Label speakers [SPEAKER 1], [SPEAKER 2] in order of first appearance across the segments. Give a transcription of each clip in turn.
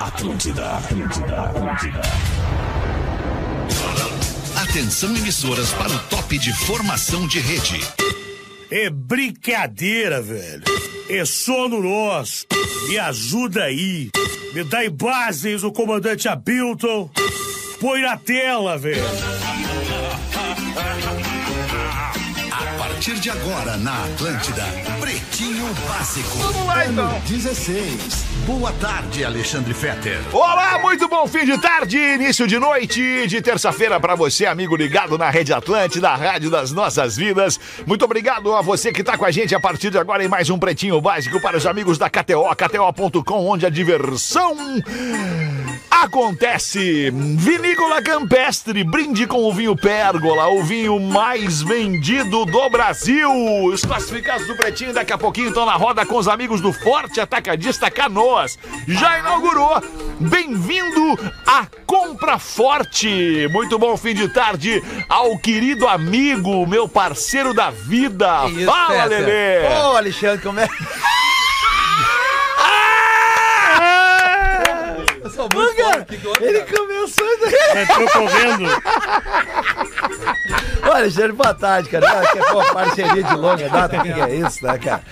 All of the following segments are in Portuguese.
[SPEAKER 1] Atlântida, Atlântida, Atlântida.
[SPEAKER 2] Atenção emissoras para o top de formação de rede.
[SPEAKER 3] É brincadeira, velho. É sono nosso. Me ajuda aí. Me dá em bases o comandante Abilton. Põe na tela, velho.
[SPEAKER 2] A partir de agora na Atlântida, Pretinho Básico.
[SPEAKER 4] Vamos lá, então.
[SPEAKER 2] Ano 16. Boa tarde, Alexandre Fetter.
[SPEAKER 4] Olá, muito bom fim de tarde, início de noite de terça-feira para você, amigo ligado na Rede Atlântida, a rádio das nossas vidas. Muito obrigado a você que tá com a gente a partir de agora em mais um Pretinho Básico para os amigos da KTO, KTO.com, onde a diversão acontece. Vinícola Campestre, brinde com o vinho Pérgola, o vinho mais vendido do Brasil. Os classificados do Pretinho daqui a pouquinho estão na roda com os amigos do Forte Atacadista Canoas. Já inaugurou. Bem-vindo à Compra Forte. Muito bom fim de tarde ao querido amigo, meu parceiro da vida.
[SPEAKER 5] Que isso,
[SPEAKER 4] Fala,
[SPEAKER 5] Fetter?
[SPEAKER 4] Lelê.
[SPEAKER 5] Ô, Alexandre, como é?
[SPEAKER 4] Ah!
[SPEAKER 5] Eu sou muito forte, que outro, cara.
[SPEAKER 4] começou.
[SPEAKER 3] É, tô correndo.
[SPEAKER 5] Ô, Alexandre, boa tarde, cara. Ah, que é pô, parceria de longa data, o que, que é isso, né, cara?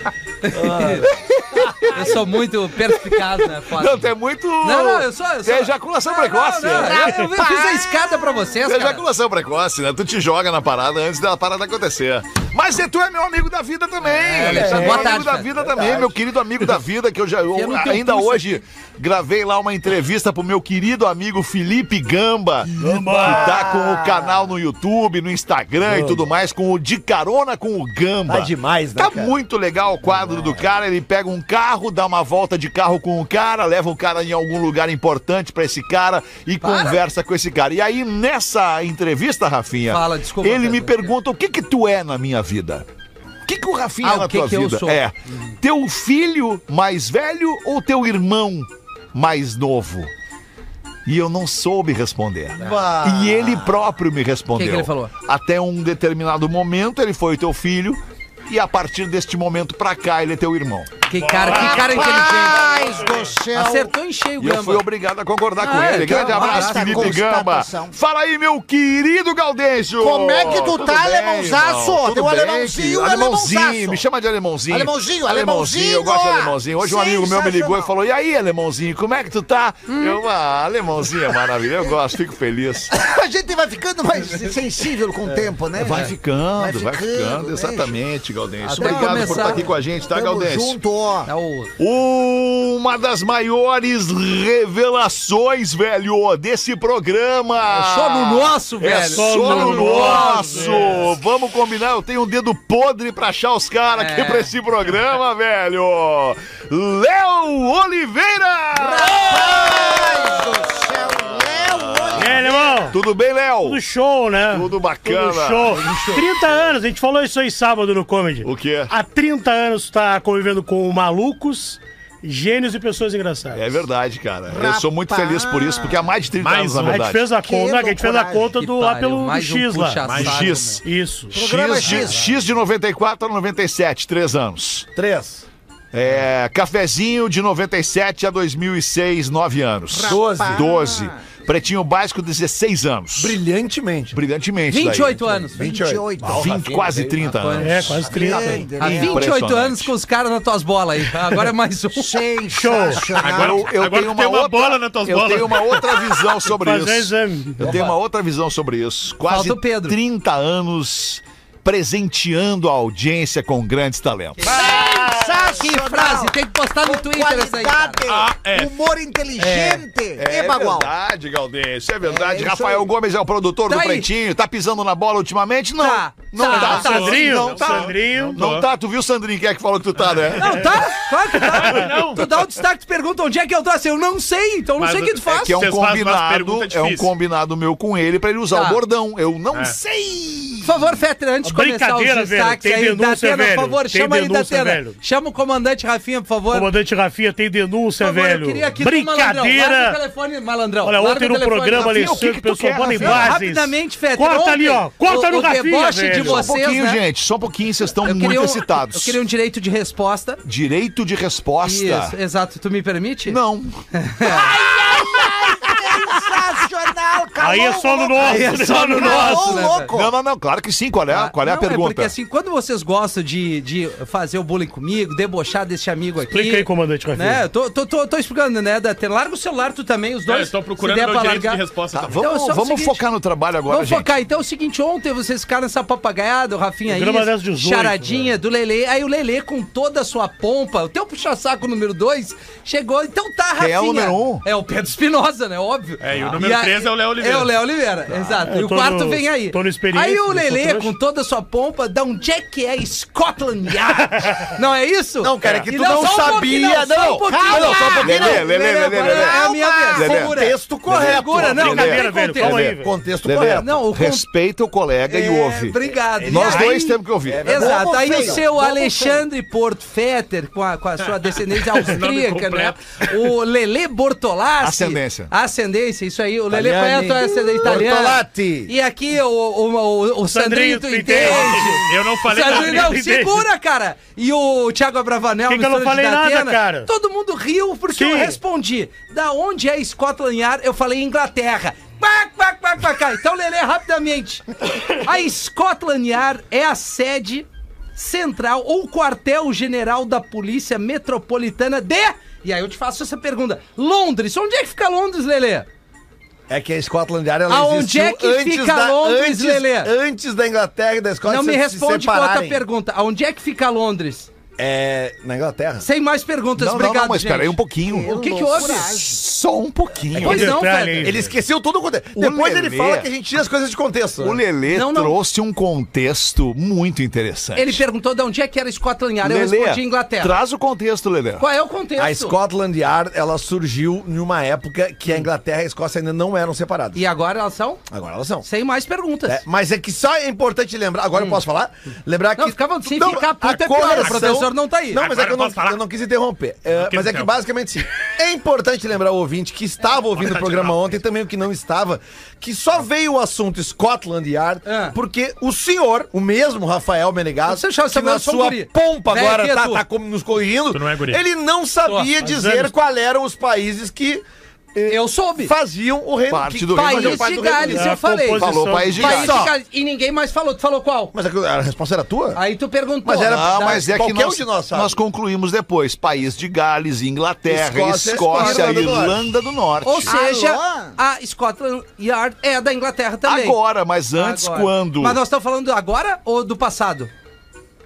[SPEAKER 6] Eu sou muito perspicaz, né? Foda.
[SPEAKER 4] Não, tu é muito.
[SPEAKER 6] Não, não, eu sou. Eu sou...
[SPEAKER 4] É ejaculação
[SPEAKER 5] Um
[SPEAKER 6] Não,
[SPEAKER 4] precoce.
[SPEAKER 6] não, não,
[SPEAKER 5] né?
[SPEAKER 6] Eu fiz a escada pra vocês,
[SPEAKER 4] É
[SPEAKER 6] cara.
[SPEAKER 4] ejaculação precoce, né? Tu te joga na parada antes da parada acontecer. Mas e tu é meu amigo da vida também. Alexandre.
[SPEAKER 6] É, boa
[SPEAKER 4] meu
[SPEAKER 6] tarde, é
[SPEAKER 4] amigo da
[SPEAKER 6] cara.
[SPEAKER 4] vida também, meu querido amigo da vida, que eu já eu
[SPEAKER 6] Enfia no teu
[SPEAKER 4] ainda
[SPEAKER 6] pulso
[SPEAKER 4] hoje gravei lá uma entrevista pro meu querido amigo Felipe Gamba, que tá com o canal no YouTube, no Instagram e tudo mais, com o De Carona com o Gamba.
[SPEAKER 5] Tá demais, né,
[SPEAKER 4] Tá
[SPEAKER 5] cara?
[SPEAKER 4] muito legal o quadro do cara. Ele pega um carro, dá uma volta de carro com o cara, leva o cara em algum lugar importante pra esse cara e conversa com esse cara. E aí, nessa entrevista, Rafinha,
[SPEAKER 6] Fala, desculpa,
[SPEAKER 4] ele me
[SPEAKER 6] Pedro.
[SPEAKER 4] pergunta o que que tu é na minha vida. O que, que o Rafinha
[SPEAKER 6] Ah,
[SPEAKER 4] é
[SPEAKER 6] o
[SPEAKER 4] na
[SPEAKER 6] que
[SPEAKER 4] tua
[SPEAKER 6] que eu
[SPEAKER 4] vida?
[SPEAKER 6] sou?
[SPEAKER 4] É. Teu filho mais velho ou teu irmão mais novo? E eu não soube responder. E ele próprio me respondeu.
[SPEAKER 6] O que que ele falou?
[SPEAKER 4] Até um determinado momento ele foi teu filho e a partir deste momento pra cá ele é teu irmão.
[SPEAKER 6] Que cara, que cara
[SPEAKER 7] Paz
[SPEAKER 6] inteligente.
[SPEAKER 7] do céu.
[SPEAKER 6] Acertou em cheio o
[SPEAKER 4] E eu fui
[SPEAKER 6] Gamba.
[SPEAKER 4] obrigado a concordar com
[SPEAKER 6] Ah,
[SPEAKER 4] ele.
[SPEAKER 6] é,
[SPEAKER 4] Grande
[SPEAKER 6] que
[SPEAKER 4] abraço,
[SPEAKER 7] basta
[SPEAKER 4] Felipe Gamba.
[SPEAKER 7] constatação.
[SPEAKER 4] Fala aí, meu querido Gaudêncio.
[SPEAKER 7] Como é que tu tá, alemãozaço? Deu
[SPEAKER 4] Deu
[SPEAKER 7] um alemãozinho,
[SPEAKER 4] alemãozinho.
[SPEAKER 7] alemãozaço.
[SPEAKER 4] Me chama de alemãozinho.
[SPEAKER 7] Alemãozinho,
[SPEAKER 4] Eu
[SPEAKER 7] alemãozinho.
[SPEAKER 4] gosto de alemãozinho. Hoje um amigo meu me ligou e
[SPEAKER 7] Sensacional. Hum?
[SPEAKER 4] falou, e aí, alemãozinho, como é que tu tá? Eu, ah, alemãozinho é maravilhoso. Eu gosto, fico feliz.
[SPEAKER 7] A gente vai ficando mais sensível com o tempo, né?
[SPEAKER 4] Vai ficando, vai
[SPEAKER 7] Vai
[SPEAKER 4] ficando,
[SPEAKER 7] ficando, né,
[SPEAKER 4] exatamente, Gaudêncio.
[SPEAKER 6] Até
[SPEAKER 4] Obrigado por
[SPEAKER 6] começar.
[SPEAKER 4] estar aqui com a gente, tá,
[SPEAKER 7] Tamo
[SPEAKER 4] Gaudêncio?
[SPEAKER 7] junto, ó.
[SPEAKER 6] É o...
[SPEAKER 4] Uma das maiores revelações, velho, desse programa. É
[SPEAKER 6] só no nosso,
[SPEAKER 4] É
[SPEAKER 6] velho.
[SPEAKER 4] só
[SPEAKER 6] Só
[SPEAKER 4] no
[SPEAKER 6] no
[SPEAKER 4] nosso. Vamos combinar, eu tenho um dedo podre pra achar os caras aqui
[SPEAKER 6] É.
[SPEAKER 4] pra esse programa, velho. Léo Oliveira!
[SPEAKER 7] Paz do céu, Léo,
[SPEAKER 3] É, irmão.
[SPEAKER 4] Tudo bem, Léo?
[SPEAKER 3] Tudo show, né?
[SPEAKER 4] Tudo bacana.
[SPEAKER 3] Tudo show. 30 anos, a gente falou isso aí sábado no Comedy.
[SPEAKER 4] O quê?
[SPEAKER 3] Há 30 anos tá convivendo com malucos, gênios e pessoas engraçadas.
[SPEAKER 4] É verdade, cara. Eu sou muito
[SPEAKER 7] Rapaz.
[SPEAKER 4] feliz por isso, porque há mais de 30 anos, Então, na
[SPEAKER 3] A gente
[SPEAKER 4] verdade.
[SPEAKER 3] fez a
[SPEAKER 7] Que
[SPEAKER 3] conta, a gente fez a
[SPEAKER 7] loucuragem.
[SPEAKER 3] conta do lá pelo do X lá.
[SPEAKER 4] Mais um né? X.
[SPEAKER 3] Isso.
[SPEAKER 7] Programa
[SPEAKER 4] X de,
[SPEAKER 7] X.
[SPEAKER 4] X de 94 a 97, três anos.
[SPEAKER 5] Três,
[SPEAKER 4] É, cafezinho de 97 a 2006, nove anos.
[SPEAKER 5] doze,
[SPEAKER 7] Rapaz.
[SPEAKER 4] 12. Pretinho básico, 16 anos.
[SPEAKER 5] brilhantemente.
[SPEAKER 4] Brilhantemente. daí.
[SPEAKER 6] 28 anos.
[SPEAKER 7] 28.
[SPEAKER 4] 20, quase 30 anos.
[SPEAKER 3] É, quase 30. hein?
[SPEAKER 6] Há
[SPEAKER 7] Grande, né?
[SPEAKER 6] 28 anos com os caras nas tuas bolas aí. Agora é mais um.
[SPEAKER 7] Sensacional.
[SPEAKER 4] Eu, eu tenho uma outra, bola nas tuas eu tenho uma outra visão sobre
[SPEAKER 3] Fazer
[SPEAKER 4] isso.
[SPEAKER 3] exame.
[SPEAKER 4] Eu tenho uma outra visão sobre isso. Quase
[SPEAKER 6] Falta o Pedro.
[SPEAKER 4] 30 anos presenteando a audiência com grandes talentos.
[SPEAKER 6] Que frase, tem que postar no Twitter essa aí. cara.
[SPEAKER 7] Qualidade, humor inteligente.
[SPEAKER 4] É,
[SPEAKER 7] Ah, É, Bagual.
[SPEAKER 4] verdade, Galdêncio, é
[SPEAKER 7] É
[SPEAKER 4] verdade.
[SPEAKER 7] isso
[SPEAKER 4] Rafael
[SPEAKER 7] aí.
[SPEAKER 4] Gomes é o produtor
[SPEAKER 6] Tá
[SPEAKER 4] do
[SPEAKER 6] aí.
[SPEAKER 4] Pretinho, tá pisando na bola ultimamente? Não,
[SPEAKER 6] Tá,
[SPEAKER 4] não
[SPEAKER 6] tá.
[SPEAKER 4] tá.
[SPEAKER 6] Tá,
[SPEAKER 3] Sandrinho,
[SPEAKER 4] não tá.
[SPEAKER 3] Sandrinho.
[SPEAKER 4] Não tá, tu viu, Sandrinho, quem é que falou que tu tá, né?
[SPEAKER 6] Não, tá? Claro que tá. Tu dá o destaque, tu pergunta onde é que eu tô. Assim, eu não sei, então não sei o que tu faz.
[SPEAKER 4] Que é um
[SPEAKER 8] Vocês fazem umas
[SPEAKER 4] combinado,
[SPEAKER 8] perguntas
[SPEAKER 4] é um
[SPEAKER 8] difíceis. É.
[SPEAKER 4] combinado meu com ele pra ele usar
[SPEAKER 6] Tá.
[SPEAKER 4] o bordão. Eu não sei.
[SPEAKER 6] Por favor, Fetter, antes de começar os
[SPEAKER 3] Brincadeira, velho.
[SPEAKER 6] destaques
[SPEAKER 3] Tem
[SPEAKER 6] aí,
[SPEAKER 3] denúncia,
[SPEAKER 6] Datena,
[SPEAKER 3] velho.
[SPEAKER 6] por favor,
[SPEAKER 3] Tem
[SPEAKER 6] chama aí,
[SPEAKER 3] denúncia,
[SPEAKER 6] Datena.
[SPEAKER 3] velho.
[SPEAKER 6] Chama o comandante Rafinha, por favor.
[SPEAKER 3] Comandante Rafinha tem denúncia,
[SPEAKER 6] Por favor, eu
[SPEAKER 3] velho.
[SPEAKER 6] queria aqui do malandrão. Larga o
[SPEAKER 3] Brincadeira.
[SPEAKER 6] telefone, malandrão.
[SPEAKER 3] Olha,
[SPEAKER 6] Larga
[SPEAKER 3] ontem
[SPEAKER 6] o
[SPEAKER 3] no
[SPEAKER 6] telefone. tá?
[SPEAKER 3] programa,
[SPEAKER 4] Rafinha, o que
[SPEAKER 3] Alexandre,
[SPEAKER 4] que tu
[SPEAKER 3] pessoal,
[SPEAKER 4] quer,
[SPEAKER 3] bota em
[SPEAKER 4] Rafinha?
[SPEAKER 3] bases.
[SPEAKER 6] Rapidamente, Fetter.
[SPEAKER 3] Corta
[SPEAKER 6] ontem,
[SPEAKER 3] ali, ó. Corta
[SPEAKER 6] o-
[SPEAKER 3] no
[SPEAKER 6] o
[SPEAKER 3] Rafinha,
[SPEAKER 6] deboche de
[SPEAKER 3] velho.
[SPEAKER 6] você-
[SPEAKER 4] Só um
[SPEAKER 6] Vocês,
[SPEAKER 4] pouquinho,
[SPEAKER 6] né?
[SPEAKER 4] gente. Só um pouquinho, vocês estão
[SPEAKER 6] Eu
[SPEAKER 4] muito
[SPEAKER 6] queria um-
[SPEAKER 4] excitados.
[SPEAKER 6] Eu queria é um direito de resposta.
[SPEAKER 4] Direito de resposta.
[SPEAKER 6] Isso, exato. Tu me permite?
[SPEAKER 4] Não.
[SPEAKER 7] cal-
[SPEAKER 6] Tá
[SPEAKER 7] calou
[SPEAKER 9] Aí é só no
[SPEAKER 7] o louco.
[SPEAKER 9] nosso.
[SPEAKER 6] Aí é
[SPEAKER 9] né?
[SPEAKER 6] só
[SPEAKER 9] Calou
[SPEAKER 3] Tá
[SPEAKER 6] no nosso.
[SPEAKER 7] Calou o
[SPEAKER 6] né,
[SPEAKER 7] louco.
[SPEAKER 4] Não, não, não, claro que sim. Qual é, a- qual é a
[SPEAKER 6] Ah, Não,
[SPEAKER 4] pergunta?
[SPEAKER 6] porque assim, quando vocês gostam de, de fazer o bullying comigo, debochar desse amigo aqui.
[SPEAKER 9] Explica
[SPEAKER 3] é
[SPEAKER 9] aí, comandante Rafinha.
[SPEAKER 6] Né? eu Tô, tô, tô, tô explicando, né, Datena? Larga o celular, tu também, os dois.
[SPEAKER 3] Eu estou
[SPEAKER 6] se
[SPEAKER 3] procurando
[SPEAKER 6] der
[SPEAKER 3] meu
[SPEAKER 6] pra
[SPEAKER 3] direito
[SPEAKER 6] largar.
[SPEAKER 3] de resposta.
[SPEAKER 4] Tá,
[SPEAKER 3] também.
[SPEAKER 4] vamos
[SPEAKER 6] Não, então, só o
[SPEAKER 4] vamos
[SPEAKER 6] seguinte,
[SPEAKER 4] focar no trabalho agora,
[SPEAKER 6] Vamos
[SPEAKER 4] gente.
[SPEAKER 6] focar, então, é o seguinte, ontem vocês ficaram nessa papagaiada, o Rafinha aí,
[SPEAKER 9] Programa 10, 18,
[SPEAKER 6] charadinha do Lelê, aí o Lelê com toda a sua pompa, o teu puxa-saco número 2, chegou, então tá, Rafinha.
[SPEAKER 4] Quem é o número um?
[SPEAKER 6] É o Pedro Espinosa, né, óbvio.
[SPEAKER 3] É, e o número
[SPEAKER 6] a-
[SPEAKER 3] três é o Léo Oliveira.
[SPEAKER 6] É o Léo Oliveira, exato. E
[SPEAKER 9] eu
[SPEAKER 6] o
[SPEAKER 9] tô
[SPEAKER 6] quarto
[SPEAKER 9] no-
[SPEAKER 6] vem aí.
[SPEAKER 9] tô no experiência,
[SPEAKER 6] Aí o
[SPEAKER 9] né,
[SPEAKER 6] Lelê,
[SPEAKER 9] sou
[SPEAKER 6] com toda a sua pompa, dá um Jack é Scotland Yard. não é isso?
[SPEAKER 5] Não, cara, é que tu não
[SPEAKER 6] só um pouquinho,
[SPEAKER 5] sabia,
[SPEAKER 6] Só
[SPEAKER 5] não.
[SPEAKER 6] um pouquinho.
[SPEAKER 5] Ah, não, só um
[SPEAKER 4] Lelê,
[SPEAKER 5] pouquinho,
[SPEAKER 4] Lelê,
[SPEAKER 5] não.
[SPEAKER 4] Lelê, Lelê,
[SPEAKER 6] Agora
[SPEAKER 4] Lelê.
[SPEAKER 6] É a minha
[SPEAKER 7] Calma,
[SPEAKER 6] vez.
[SPEAKER 4] Lelê.
[SPEAKER 6] Segura.
[SPEAKER 5] Contexto correto.
[SPEAKER 6] Segura, não,
[SPEAKER 4] Lelê.
[SPEAKER 9] Brincadeira,
[SPEAKER 6] brincadeira,
[SPEAKER 9] velho. Calma aí, velho.
[SPEAKER 5] Contexto
[SPEAKER 4] Lelê,
[SPEAKER 5] correto.
[SPEAKER 6] Não, o con-
[SPEAKER 4] respeita o colega e
[SPEAKER 6] É,
[SPEAKER 4] ouve.
[SPEAKER 6] Obrigado. E
[SPEAKER 4] Nós
[SPEAKER 6] aí- É,
[SPEAKER 4] dois temos que ouvir.
[SPEAKER 5] É verdade.
[SPEAKER 6] Exato.
[SPEAKER 7] Bobo
[SPEAKER 6] Aí o
[SPEAKER 7] feio.
[SPEAKER 6] seu
[SPEAKER 7] Bobo
[SPEAKER 6] Alexandre Portfetter, com a, com a sua descendência austríaca, né? O Lele Bortolassi.
[SPEAKER 4] Ascendência.
[SPEAKER 6] Ascendência, isso aí. O Lele
[SPEAKER 5] Italiani.
[SPEAKER 6] conhece a tua é ascendência italiana.
[SPEAKER 5] Bortolatti.
[SPEAKER 6] E aqui o, o, o, o
[SPEAKER 9] Sandrinho,
[SPEAKER 6] Sandrinho, tu
[SPEAKER 9] tu
[SPEAKER 6] entende.
[SPEAKER 3] Eu não falei
[SPEAKER 6] Sandrinho,
[SPEAKER 3] nada.
[SPEAKER 6] não,
[SPEAKER 9] tu entende.
[SPEAKER 6] segura, cara. E o Thiago Abravanel,
[SPEAKER 9] Que que eu
[SPEAKER 6] mistura
[SPEAKER 9] não falei
[SPEAKER 6] de
[SPEAKER 9] nada,
[SPEAKER 6] Datena,
[SPEAKER 9] cara?
[SPEAKER 6] Todo mundo riu porque
[SPEAKER 9] Sim.
[SPEAKER 6] eu respondi. Da onde é Scotland Yard? Eu falei Inglaterra. Quá, quá, quá, quá, quá. Então, Lelê, rapidamente. A Scotland Yard é a sede central ou quartel-general da Polícia Metropolitana de... E aí eu te faço essa pergunta. Londres. Onde é que fica Londres, Lelê?
[SPEAKER 5] É que a Scotland Yard ela
[SPEAKER 6] Aonde
[SPEAKER 5] existiu
[SPEAKER 6] é que
[SPEAKER 5] antes
[SPEAKER 6] fica
[SPEAKER 5] da,
[SPEAKER 6] Londres,
[SPEAKER 5] antes,
[SPEAKER 6] Lelê?
[SPEAKER 5] Antes da Inglaterra e da Escócia
[SPEAKER 6] Não me
[SPEAKER 5] se
[SPEAKER 6] responde com outra
[SPEAKER 5] separarem.
[SPEAKER 6] pergunta. Aonde é que fica Londres?
[SPEAKER 5] É, na Inglaterra.
[SPEAKER 6] Sem mais perguntas.
[SPEAKER 4] Não, não,
[SPEAKER 6] Obrigado,
[SPEAKER 4] não, mas
[SPEAKER 6] gente.
[SPEAKER 4] espera aí um pouquinho.
[SPEAKER 6] O que que houve?
[SPEAKER 4] Só um pouquinho.
[SPEAKER 6] Pois
[SPEAKER 3] tá
[SPEAKER 6] não,
[SPEAKER 9] Detalhe,
[SPEAKER 6] Fede.
[SPEAKER 9] hein,
[SPEAKER 5] Ele
[SPEAKER 9] velho.
[SPEAKER 5] esqueceu todo o contexto.
[SPEAKER 4] O
[SPEAKER 5] Depois ele
[SPEAKER 4] Lelê-
[SPEAKER 5] fala que a gente tira as coisas de contexto.
[SPEAKER 4] O Lelê
[SPEAKER 6] Não, não.
[SPEAKER 4] trouxe um contexto muito interessante.
[SPEAKER 6] Ele perguntou de onde é que era Scotland Yard. eu
[SPEAKER 4] Lelê,
[SPEAKER 6] respondi Inglaterra.
[SPEAKER 4] Traz o contexto, Lelê.
[SPEAKER 6] Qual é o contexto?
[SPEAKER 5] A Scotland Yard, ela surgiu em uma época que a Inglaterra e a Escócia ainda não eram separadas.
[SPEAKER 6] E agora elas são?
[SPEAKER 5] Agora elas são.
[SPEAKER 6] Sem mais perguntas.
[SPEAKER 5] É, mas é que só é importante lembrar, agora eu posso falar? Lembrar que.
[SPEAKER 6] Hum. Não, fica à vontade, se
[SPEAKER 5] Não,
[SPEAKER 6] ficar puto
[SPEAKER 5] a
[SPEAKER 6] é pior, o
[SPEAKER 5] correção-
[SPEAKER 6] professor não tá aí.
[SPEAKER 5] Não, mas é
[SPEAKER 3] Agora
[SPEAKER 5] que eu não,
[SPEAKER 3] eu posso falar?
[SPEAKER 5] eu não quis interromper. É, mas é que
[SPEAKER 3] interromper.
[SPEAKER 5] basicamente sim. É importante lembrar o ouvinte que estava ouvindo o programa ontem, e também o que não estava, que só veio o assunto Scotland Yard,
[SPEAKER 6] Ah.
[SPEAKER 5] porque o senhor, o mesmo Rafael Menegaso,
[SPEAKER 6] Você chama-
[SPEAKER 5] que na
[SPEAKER 6] eu sou um
[SPEAKER 5] sua
[SPEAKER 6] guri.
[SPEAKER 5] pompa
[SPEAKER 6] Velho,
[SPEAKER 5] agora
[SPEAKER 6] aqui é
[SPEAKER 5] tá,
[SPEAKER 6] tu.
[SPEAKER 5] tá como nos corrigindo,
[SPEAKER 3] Tu não é guri.
[SPEAKER 5] ele não sabia
[SPEAKER 9] Tô, faz
[SPEAKER 5] dizer
[SPEAKER 9] anos.
[SPEAKER 5] qual eram os países que eh,
[SPEAKER 6] Eu soube.
[SPEAKER 5] faziam o reino
[SPEAKER 4] Parte
[SPEAKER 5] que
[SPEAKER 4] do
[SPEAKER 5] faziam
[SPEAKER 4] Reino Unido.
[SPEAKER 6] País
[SPEAKER 5] parte
[SPEAKER 6] de
[SPEAKER 5] do Reino
[SPEAKER 6] Gales,
[SPEAKER 5] Unido.
[SPEAKER 9] É
[SPEAKER 3] Tá
[SPEAKER 9] a
[SPEAKER 6] eu falei.
[SPEAKER 9] composição.
[SPEAKER 4] Falou país de
[SPEAKER 6] País
[SPEAKER 4] Gales.
[SPEAKER 6] de Gales. E ninguém mais falou. Tu falou qual?
[SPEAKER 5] Mas é a a resposta era tua?
[SPEAKER 6] Aí tu perguntou.
[SPEAKER 5] Mas era-
[SPEAKER 6] Da-
[SPEAKER 4] Ah, mas é que
[SPEAKER 5] Qualquer
[SPEAKER 4] nós,
[SPEAKER 5] um de nós sabe.
[SPEAKER 4] nós concluímos depois. País de Gales, Inglaterra,
[SPEAKER 5] Escócia,
[SPEAKER 6] é
[SPEAKER 4] Escócia,
[SPEAKER 5] Irlanda do Norte.
[SPEAKER 4] Irlanda do Norte.
[SPEAKER 6] Ou seja,
[SPEAKER 7] Alô?
[SPEAKER 6] a Scotland Yard é da Inglaterra também.
[SPEAKER 4] Agora, mas antes
[SPEAKER 6] Agora.
[SPEAKER 4] quando?
[SPEAKER 6] Mas nós estamos falando agora ou do passado?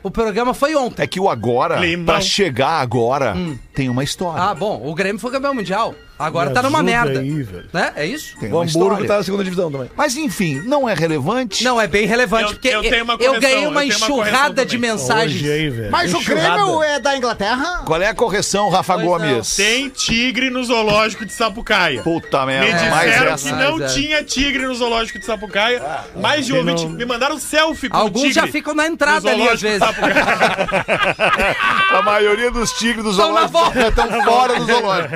[SPEAKER 6] O programa foi ontem.
[SPEAKER 4] É que o agora,
[SPEAKER 3] Limão.
[SPEAKER 4] pra chegar agora, tem uma história.
[SPEAKER 6] Hum. Ah, bom, o Grêmio foi campeão mundial. Agora
[SPEAKER 9] Me
[SPEAKER 6] tá numa
[SPEAKER 9] ajuda
[SPEAKER 6] merda.
[SPEAKER 9] aí, velho.
[SPEAKER 6] né? É isso?
[SPEAKER 4] tem
[SPEAKER 5] O
[SPEAKER 4] uma
[SPEAKER 5] Hamburgo
[SPEAKER 4] história.
[SPEAKER 5] tá na segunda divisão também.
[SPEAKER 4] Mas enfim, não é relevante.
[SPEAKER 6] Não, é bem relevante,
[SPEAKER 3] Eu-
[SPEAKER 6] porque
[SPEAKER 3] eu tenho uma
[SPEAKER 6] eu
[SPEAKER 3] correção,
[SPEAKER 6] ganhei uma
[SPEAKER 3] eu tenho uma
[SPEAKER 6] enxurrada
[SPEAKER 3] correção
[SPEAKER 6] de
[SPEAKER 3] também.
[SPEAKER 6] mensagens.
[SPEAKER 9] Hoje aí, velho.
[SPEAKER 7] Mas o
[SPEAKER 5] Enxurrada.
[SPEAKER 7] Grêmio é da Inglaterra?
[SPEAKER 4] Qual é a correção, Rafa
[SPEAKER 6] Pois
[SPEAKER 4] Gomes?
[SPEAKER 3] Tem tigre no zoológico de Sapucaia.
[SPEAKER 4] Puta
[SPEAKER 3] Me
[SPEAKER 4] merda, é, mais
[SPEAKER 3] disseram
[SPEAKER 4] essa.
[SPEAKER 3] que não
[SPEAKER 6] Mas é.
[SPEAKER 3] tinha tigre no zoológico de Sapucaia. mais de um
[SPEAKER 9] Quem
[SPEAKER 3] ouvinte.
[SPEAKER 9] Ah, não-
[SPEAKER 3] Me mandaram selfie com o
[SPEAKER 6] Alguns
[SPEAKER 3] tigre.
[SPEAKER 6] já ficam na entrada
[SPEAKER 3] no
[SPEAKER 6] ali às
[SPEAKER 3] zoológico tá de
[SPEAKER 6] vezes.
[SPEAKER 3] Sapucaia.
[SPEAKER 4] A maioria dos tigres dos
[SPEAKER 6] Estão na
[SPEAKER 4] zoológicos estão fora do zoológico.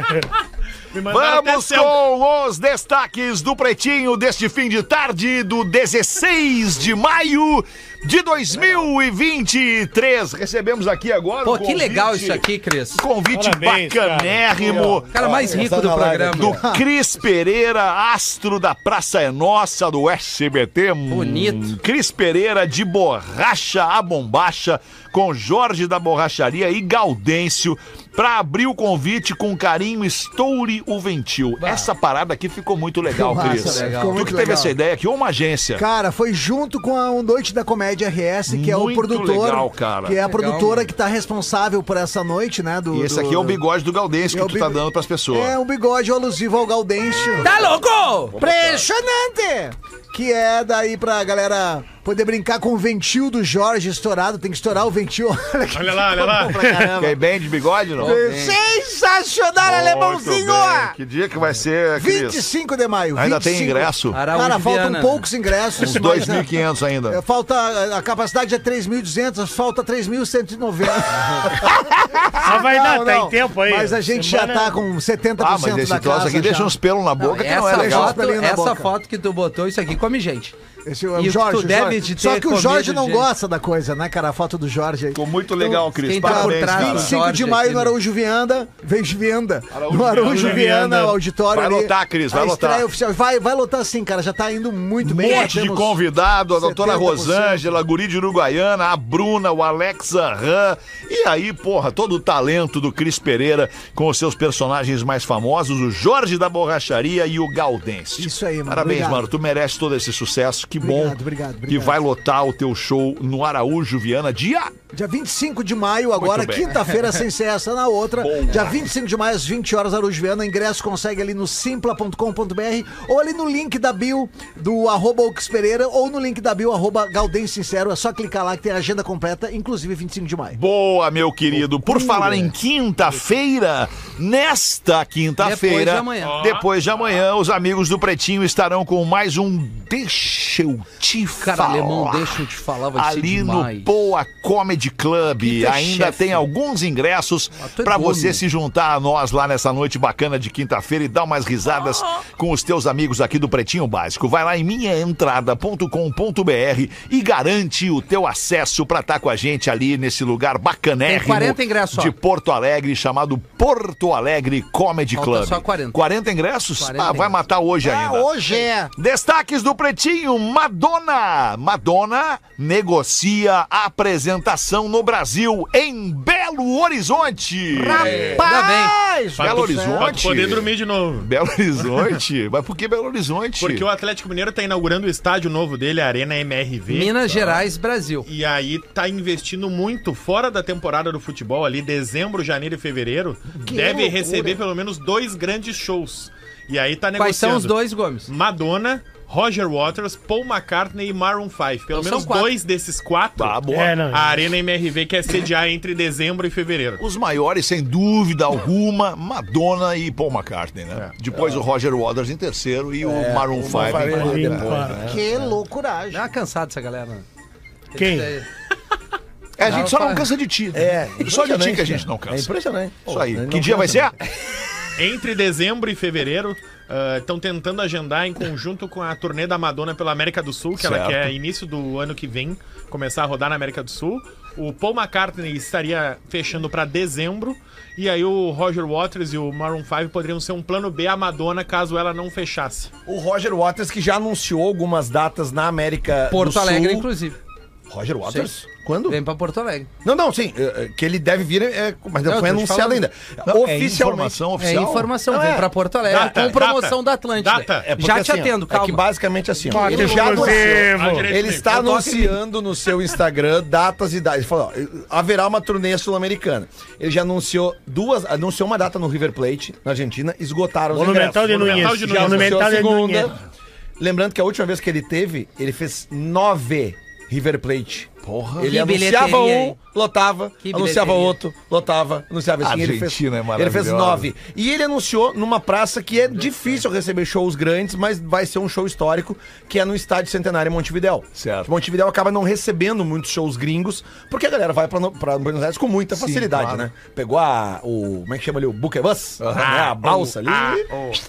[SPEAKER 3] Me mandaram até
[SPEAKER 4] Vamos
[SPEAKER 3] selfie.
[SPEAKER 4] com os destaques do Pretinho deste fim de tarde do 16 de maio de 2023. Recebemos aqui agora
[SPEAKER 6] Pô,
[SPEAKER 4] um
[SPEAKER 6] que
[SPEAKER 4] convite-
[SPEAKER 6] legal isso aqui, Cris.
[SPEAKER 4] um Convite
[SPEAKER 9] Parabéns, cara.
[SPEAKER 4] bacanérrimo.
[SPEAKER 6] O cara mais
[SPEAKER 5] Olha,
[SPEAKER 6] rico
[SPEAKER 5] essa
[SPEAKER 6] do
[SPEAKER 5] na live
[SPEAKER 6] programa. Tá
[SPEAKER 4] Do Cris Pereira, astro da Praça é Nossa, do SBT. Hum,
[SPEAKER 6] Bonito.
[SPEAKER 4] Cris Pereira de borracha a bombacha, com Jorge da Borracharia e Gaudêncio, pra abrir o convite com carinho, estoure o ventil. Essa parada aqui ficou muito legal,
[SPEAKER 7] Ficou massa,
[SPEAKER 4] Cris.
[SPEAKER 7] legal.
[SPEAKER 4] Tu
[SPEAKER 7] Ficou
[SPEAKER 4] que
[SPEAKER 7] muito
[SPEAKER 4] teve
[SPEAKER 7] legal.
[SPEAKER 4] essa ideia aqui, ou uma agência.
[SPEAKER 7] Cara, foi junto com a Um Noite da Comédia RS, que é o
[SPEAKER 4] Muito
[SPEAKER 7] produtor.
[SPEAKER 4] legal, cara.
[SPEAKER 7] Que é a
[SPEAKER 6] Legal,
[SPEAKER 7] produtora
[SPEAKER 6] mano.
[SPEAKER 7] que tá responsável por essa noite, né? Do,
[SPEAKER 4] E esse
[SPEAKER 7] do-
[SPEAKER 4] aqui é o bigode do Gaudêncio
[SPEAKER 7] É o
[SPEAKER 4] que tu tá
[SPEAKER 7] bigo-
[SPEAKER 4] dando pras pessoas.
[SPEAKER 7] É um bigode alusivo ao Gaudêncio.
[SPEAKER 6] Tá louco?
[SPEAKER 7] Impressionante! Que é daí pra galera poder brincar com o ventil do Jorge estourado. Tem que estourar o ventil. Olha que
[SPEAKER 3] Olha lá, olha lá.
[SPEAKER 7] bom pra caramba.
[SPEAKER 4] Quer ir bem de bigode, não?
[SPEAKER 7] É, Sensacional, alemãozinho!
[SPEAKER 4] Muito bem. Que dia que vai ser, Cris?
[SPEAKER 7] 25 de maio.
[SPEAKER 4] Ainda tem
[SPEAKER 7] 25.
[SPEAKER 4] ingresso?
[SPEAKER 6] Araújo
[SPEAKER 7] Cara, faltam
[SPEAKER 6] Viana.
[SPEAKER 7] poucos ingressos.
[SPEAKER 4] Uns
[SPEAKER 7] mas, né,
[SPEAKER 4] 2.500 ainda.
[SPEAKER 7] é, Falta, a capacidade é 3.200, falta 3.190.
[SPEAKER 9] Mas vai dar, tá em tempo aí.
[SPEAKER 7] Ah, Mas a gente
[SPEAKER 9] Semana-
[SPEAKER 7] já tá com 70%
[SPEAKER 4] Ah, mas
[SPEAKER 7] da
[SPEAKER 4] esse troço
[SPEAKER 7] casa
[SPEAKER 4] aqui deixa
[SPEAKER 7] já.
[SPEAKER 4] uns pelos na boca que não é legal.
[SPEAKER 6] essa
[SPEAKER 7] Deixa os
[SPEAKER 6] foto,
[SPEAKER 7] pelinhos na
[SPEAKER 6] essa
[SPEAKER 7] boca.
[SPEAKER 6] foto que tu botou, isso aqui come gente.
[SPEAKER 7] Esse é
[SPEAKER 6] E
[SPEAKER 7] o
[SPEAKER 6] tu
[SPEAKER 7] Jorge. o
[SPEAKER 6] deve
[SPEAKER 7] Jorge.
[SPEAKER 6] de ter
[SPEAKER 7] Só que o Jorge
[SPEAKER 6] comido,
[SPEAKER 7] não
[SPEAKER 6] gente.
[SPEAKER 7] gosta da coisa, né, cara? A foto do Jorge aí.
[SPEAKER 4] Ficou muito legal, Cris.
[SPEAKER 6] quem tá por
[SPEAKER 4] Parabéns,
[SPEAKER 6] trás
[SPEAKER 4] cara.
[SPEAKER 6] do
[SPEAKER 7] 25 de
[SPEAKER 6] Jorge
[SPEAKER 7] maio
[SPEAKER 6] aqui,
[SPEAKER 7] no
[SPEAKER 6] né?
[SPEAKER 7] Araújo Vianda. Vez Vianda. No Araújo
[SPEAKER 3] Viana.
[SPEAKER 7] Viana, o auditório.
[SPEAKER 4] Vai
[SPEAKER 7] ali.
[SPEAKER 4] lotar, Cris, vai
[SPEAKER 7] A estreia
[SPEAKER 4] lotar.
[SPEAKER 7] Oficial. Vai, vai lotar sim, cara. Já tá indo muito
[SPEAKER 4] Um
[SPEAKER 7] bem. Já
[SPEAKER 4] monte de
[SPEAKER 7] temos-
[SPEAKER 4] convidado, a doutora
[SPEAKER 7] 70%.
[SPEAKER 4] Rosângela, a Guri de Uruguaiana, a Bruna, o Alexa Ram. E aí, porra, todo o talento do Cris Pereira com os seus personagens mais famosos, o Jorge da Borracharia e o Gaudense.
[SPEAKER 7] Isso aí, mano.
[SPEAKER 4] Parabéns,
[SPEAKER 7] Obrigado.
[SPEAKER 4] mano. Tu merece todo esse sucesso. Que bom.
[SPEAKER 7] Obrigado, obrigado,
[SPEAKER 4] E
[SPEAKER 7] obrigado.
[SPEAKER 4] vai lotar o teu show no Araújo Viana dia.
[SPEAKER 7] Dia 25 de maio, agora,
[SPEAKER 4] Muito bem.
[SPEAKER 7] quinta-feira, sem ser essa na outra.
[SPEAKER 4] Bom.
[SPEAKER 7] Dia 25 de maio, às 20 horas, Araújo Viana. Ingresso consegue ali no simpla.com.br ou ali no link da bio do arroba Ox Pereira ou no link da bio arroba Galdem Sincero. É só clicar lá que tem a agenda completa, inclusive 25 de maio.
[SPEAKER 4] Boa, meu querido. Por falar em quinta-feira, nesta quinta-feira,
[SPEAKER 6] Depois de amanhã.
[SPEAKER 4] depois de amanhã, os amigos do Pretinho estarão com mais um Deixa eu te
[SPEAKER 6] Cara,
[SPEAKER 4] falar.
[SPEAKER 6] alemão, deixa eu te falar, vai ser
[SPEAKER 4] Ali
[SPEAKER 6] demais.
[SPEAKER 4] no Poa Comedy Club.
[SPEAKER 6] Peter
[SPEAKER 4] Ainda
[SPEAKER 6] Sheffield.
[SPEAKER 4] tem alguns ingressos
[SPEAKER 6] tu é
[SPEAKER 4] pra
[SPEAKER 6] dono.
[SPEAKER 4] você se juntar a nós lá nessa noite bacana de quinta-feira e dar umas risadas
[SPEAKER 6] Ah.
[SPEAKER 4] com os teus amigos aqui do Pretinho Básico. Vai lá em minhaentrada.com.br e garante o teu acesso pra estar com a gente ali nesse lugar bacanérrimo
[SPEAKER 6] Tem 40 ingressos só.
[SPEAKER 4] de Porto Alegre, chamado Porto Alegre Comedy
[SPEAKER 6] Falta
[SPEAKER 4] Club.
[SPEAKER 6] só 40.
[SPEAKER 4] 40 ingressos?
[SPEAKER 6] 40
[SPEAKER 4] ah, vai
[SPEAKER 6] ingressos.
[SPEAKER 4] matar hoje ainda.
[SPEAKER 7] hoje é.
[SPEAKER 4] Destaques do Pretinho, Madonna. Madonna negocia a apresentação no Brasil em Belo Horizonte. É.
[SPEAKER 6] Ainda bem.
[SPEAKER 4] Belo
[SPEAKER 10] Pra
[SPEAKER 4] Horizonte.
[SPEAKER 10] tu poder dormir de novo.
[SPEAKER 4] Belo Horizonte? Mas por que Belo Horizonte?
[SPEAKER 10] Porque o Atlético Mineiro tá inaugurando o estádio novo dele, a Arena MRV.
[SPEAKER 6] Minas Gerais, Brasil.
[SPEAKER 10] E aí tá investindo muito fora da temporada do futebol ali, dezembro, janeiro e fevereiro. deve receber pelo menos dois grandes shows. E aí tá negociando.
[SPEAKER 6] Quais são os dois, Gomes?
[SPEAKER 10] Madonna, Roger Waters, Paul McCartney e Maroon 5. Pelo
[SPEAKER 6] Então
[SPEAKER 10] menos
[SPEAKER 6] são quatro.
[SPEAKER 10] dois desses quatro.
[SPEAKER 4] Tá bom.
[SPEAKER 3] É, não.
[SPEAKER 10] A Arena MRV quer sediar entre dezembro e fevereiro.
[SPEAKER 4] Os maiores, sem dúvida alguma, Madonna e Paul McCartney, né? Depois o Roger Waters em terceiro e o Maroon 5 em quarto.
[SPEAKER 5] né?
[SPEAKER 7] Que loucuragem.
[SPEAKER 6] Dá uma cansada Tá essa galera. né?
[SPEAKER 3] Quem?
[SPEAKER 4] É, a gente só não cansa de ti. né?
[SPEAKER 5] É,
[SPEAKER 4] Só de ti
[SPEAKER 5] impressionante,
[SPEAKER 4] que a gente
[SPEAKER 5] cara.
[SPEAKER 4] não cansa.
[SPEAKER 5] É impressionante.
[SPEAKER 4] Isso
[SPEAKER 5] Pô,
[SPEAKER 4] aí.
[SPEAKER 5] ele
[SPEAKER 4] Que
[SPEAKER 5] não
[SPEAKER 4] dia vai
[SPEAKER 5] cansa,
[SPEAKER 4] ser?
[SPEAKER 10] Entre dezembro e fevereiro, estão tentando agendar em conjunto com a turnê da Madonna pela América do Sul, que ela
[SPEAKER 4] Certo.
[SPEAKER 10] quer início do ano que vem começar a rodar na América do Sul. O Paul McCartney estaria fechando pra dezembro. E aí o Roger Waters e o Maroon 5 poderiam ser um plano B a Madonna caso ela não fechasse.
[SPEAKER 5] O Roger Waters, que já anunciou algumas datas na América do
[SPEAKER 6] Porto
[SPEAKER 5] Sul.
[SPEAKER 6] Alegre, inclusive.
[SPEAKER 5] Roger Waters? Quando?
[SPEAKER 6] Vem pra Porto Alegre.
[SPEAKER 5] Não, não, sim. é, é, Que ele deve vir, é, mas não
[SPEAKER 6] Não,
[SPEAKER 5] foi
[SPEAKER 6] eu tô te
[SPEAKER 5] anunciado
[SPEAKER 6] falando.
[SPEAKER 5] ainda.
[SPEAKER 4] Não, é
[SPEAKER 5] Oficialmente.
[SPEAKER 4] informação
[SPEAKER 6] É
[SPEAKER 4] oficial.
[SPEAKER 6] informação,
[SPEAKER 5] Não,
[SPEAKER 6] vem
[SPEAKER 5] é.
[SPEAKER 6] pra Porto Alegre.
[SPEAKER 10] Data,
[SPEAKER 6] com promoção
[SPEAKER 10] data,
[SPEAKER 6] da Atlântida.
[SPEAKER 10] data.
[SPEAKER 5] É porque
[SPEAKER 6] Já te
[SPEAKER 5] assim, ó,
[SPEAKER 6] atendo,
[SPEAKER 5] É que
[SPEAKER 6] calma.
[SPEAKER 5] basicamente assim. ó,
[SPEAKER 3] Fato
[SPEAKER 5] ele já anunciou.
[SPEAKER 10] Ah,
[SPEAKER 3] exclusivo.
[SPEAKER 10] direito
[SPEAKER 5] Ele está
[SPEAKER 6] Eu tô
[SPEAKER 5] anunciando no seu Instagram datas e datas. Ele falou: ó, haverá uma turnê sul-americana. Ele já anunciou duas, anunciou uma data no River Plate, na Argentina, esgotaram os
[SPEAKER 3] Monumental de
[SPEAKER 5] ingressos.
[SPEAKER 10] Monumental
[SPEAKER 3] Nunes.
[SPEAKER 10] de
[SPEAKER 5] Já
[SPEAKER 10] Nunes.
[SPEAKER 5] anunciou a
[SPEAKER 3] Monumental de
[SPEAKER 5] segunda.
[SPEAKER 3] Nunes.
[SPEAKER 5] Lembrando que a última vez que ele teve, ele fez nove River Plate. Porra, ele
[SPEAKER 6] Que
[SPEAKER 5] anunciava
[SPEAKER 6] bilheteria,
[SPEAKER 5] um,
[SPEAKER 6] hein?
[SPEAKER 5] lotava,
[SPEAKER 6] Que
[SPEAKER 5] anunciava
[SPEAKER 6] bilheteria.
[SPEAKER 5] outro, lotava, anunciava assim. ele fez,
[SPEAKER 4] Argentina é
[SPEAKER 5] ele fez
[SPEAKER 4] maravilhosa.
[SPEAKER 5] nove. E ele anunciou numa praça que é difícil receber shows grandes, mas vai ser um show histórico, que é no Estádio Centenário em Montevidéu.
[SPEAKER 4] Certo.
[SPEAKER 5] Montevidéu acaba não recebendo muitos shows gringos, porque a galera vai pra, no- pra Buenos Aires com muita facilidade,
[SPEAKER 4] claro.
[SPEAKER 5] né? Pegou a, o, como é que chama ali, o buquebus, né? a balsa ali,
[SPEAKER 10] ah,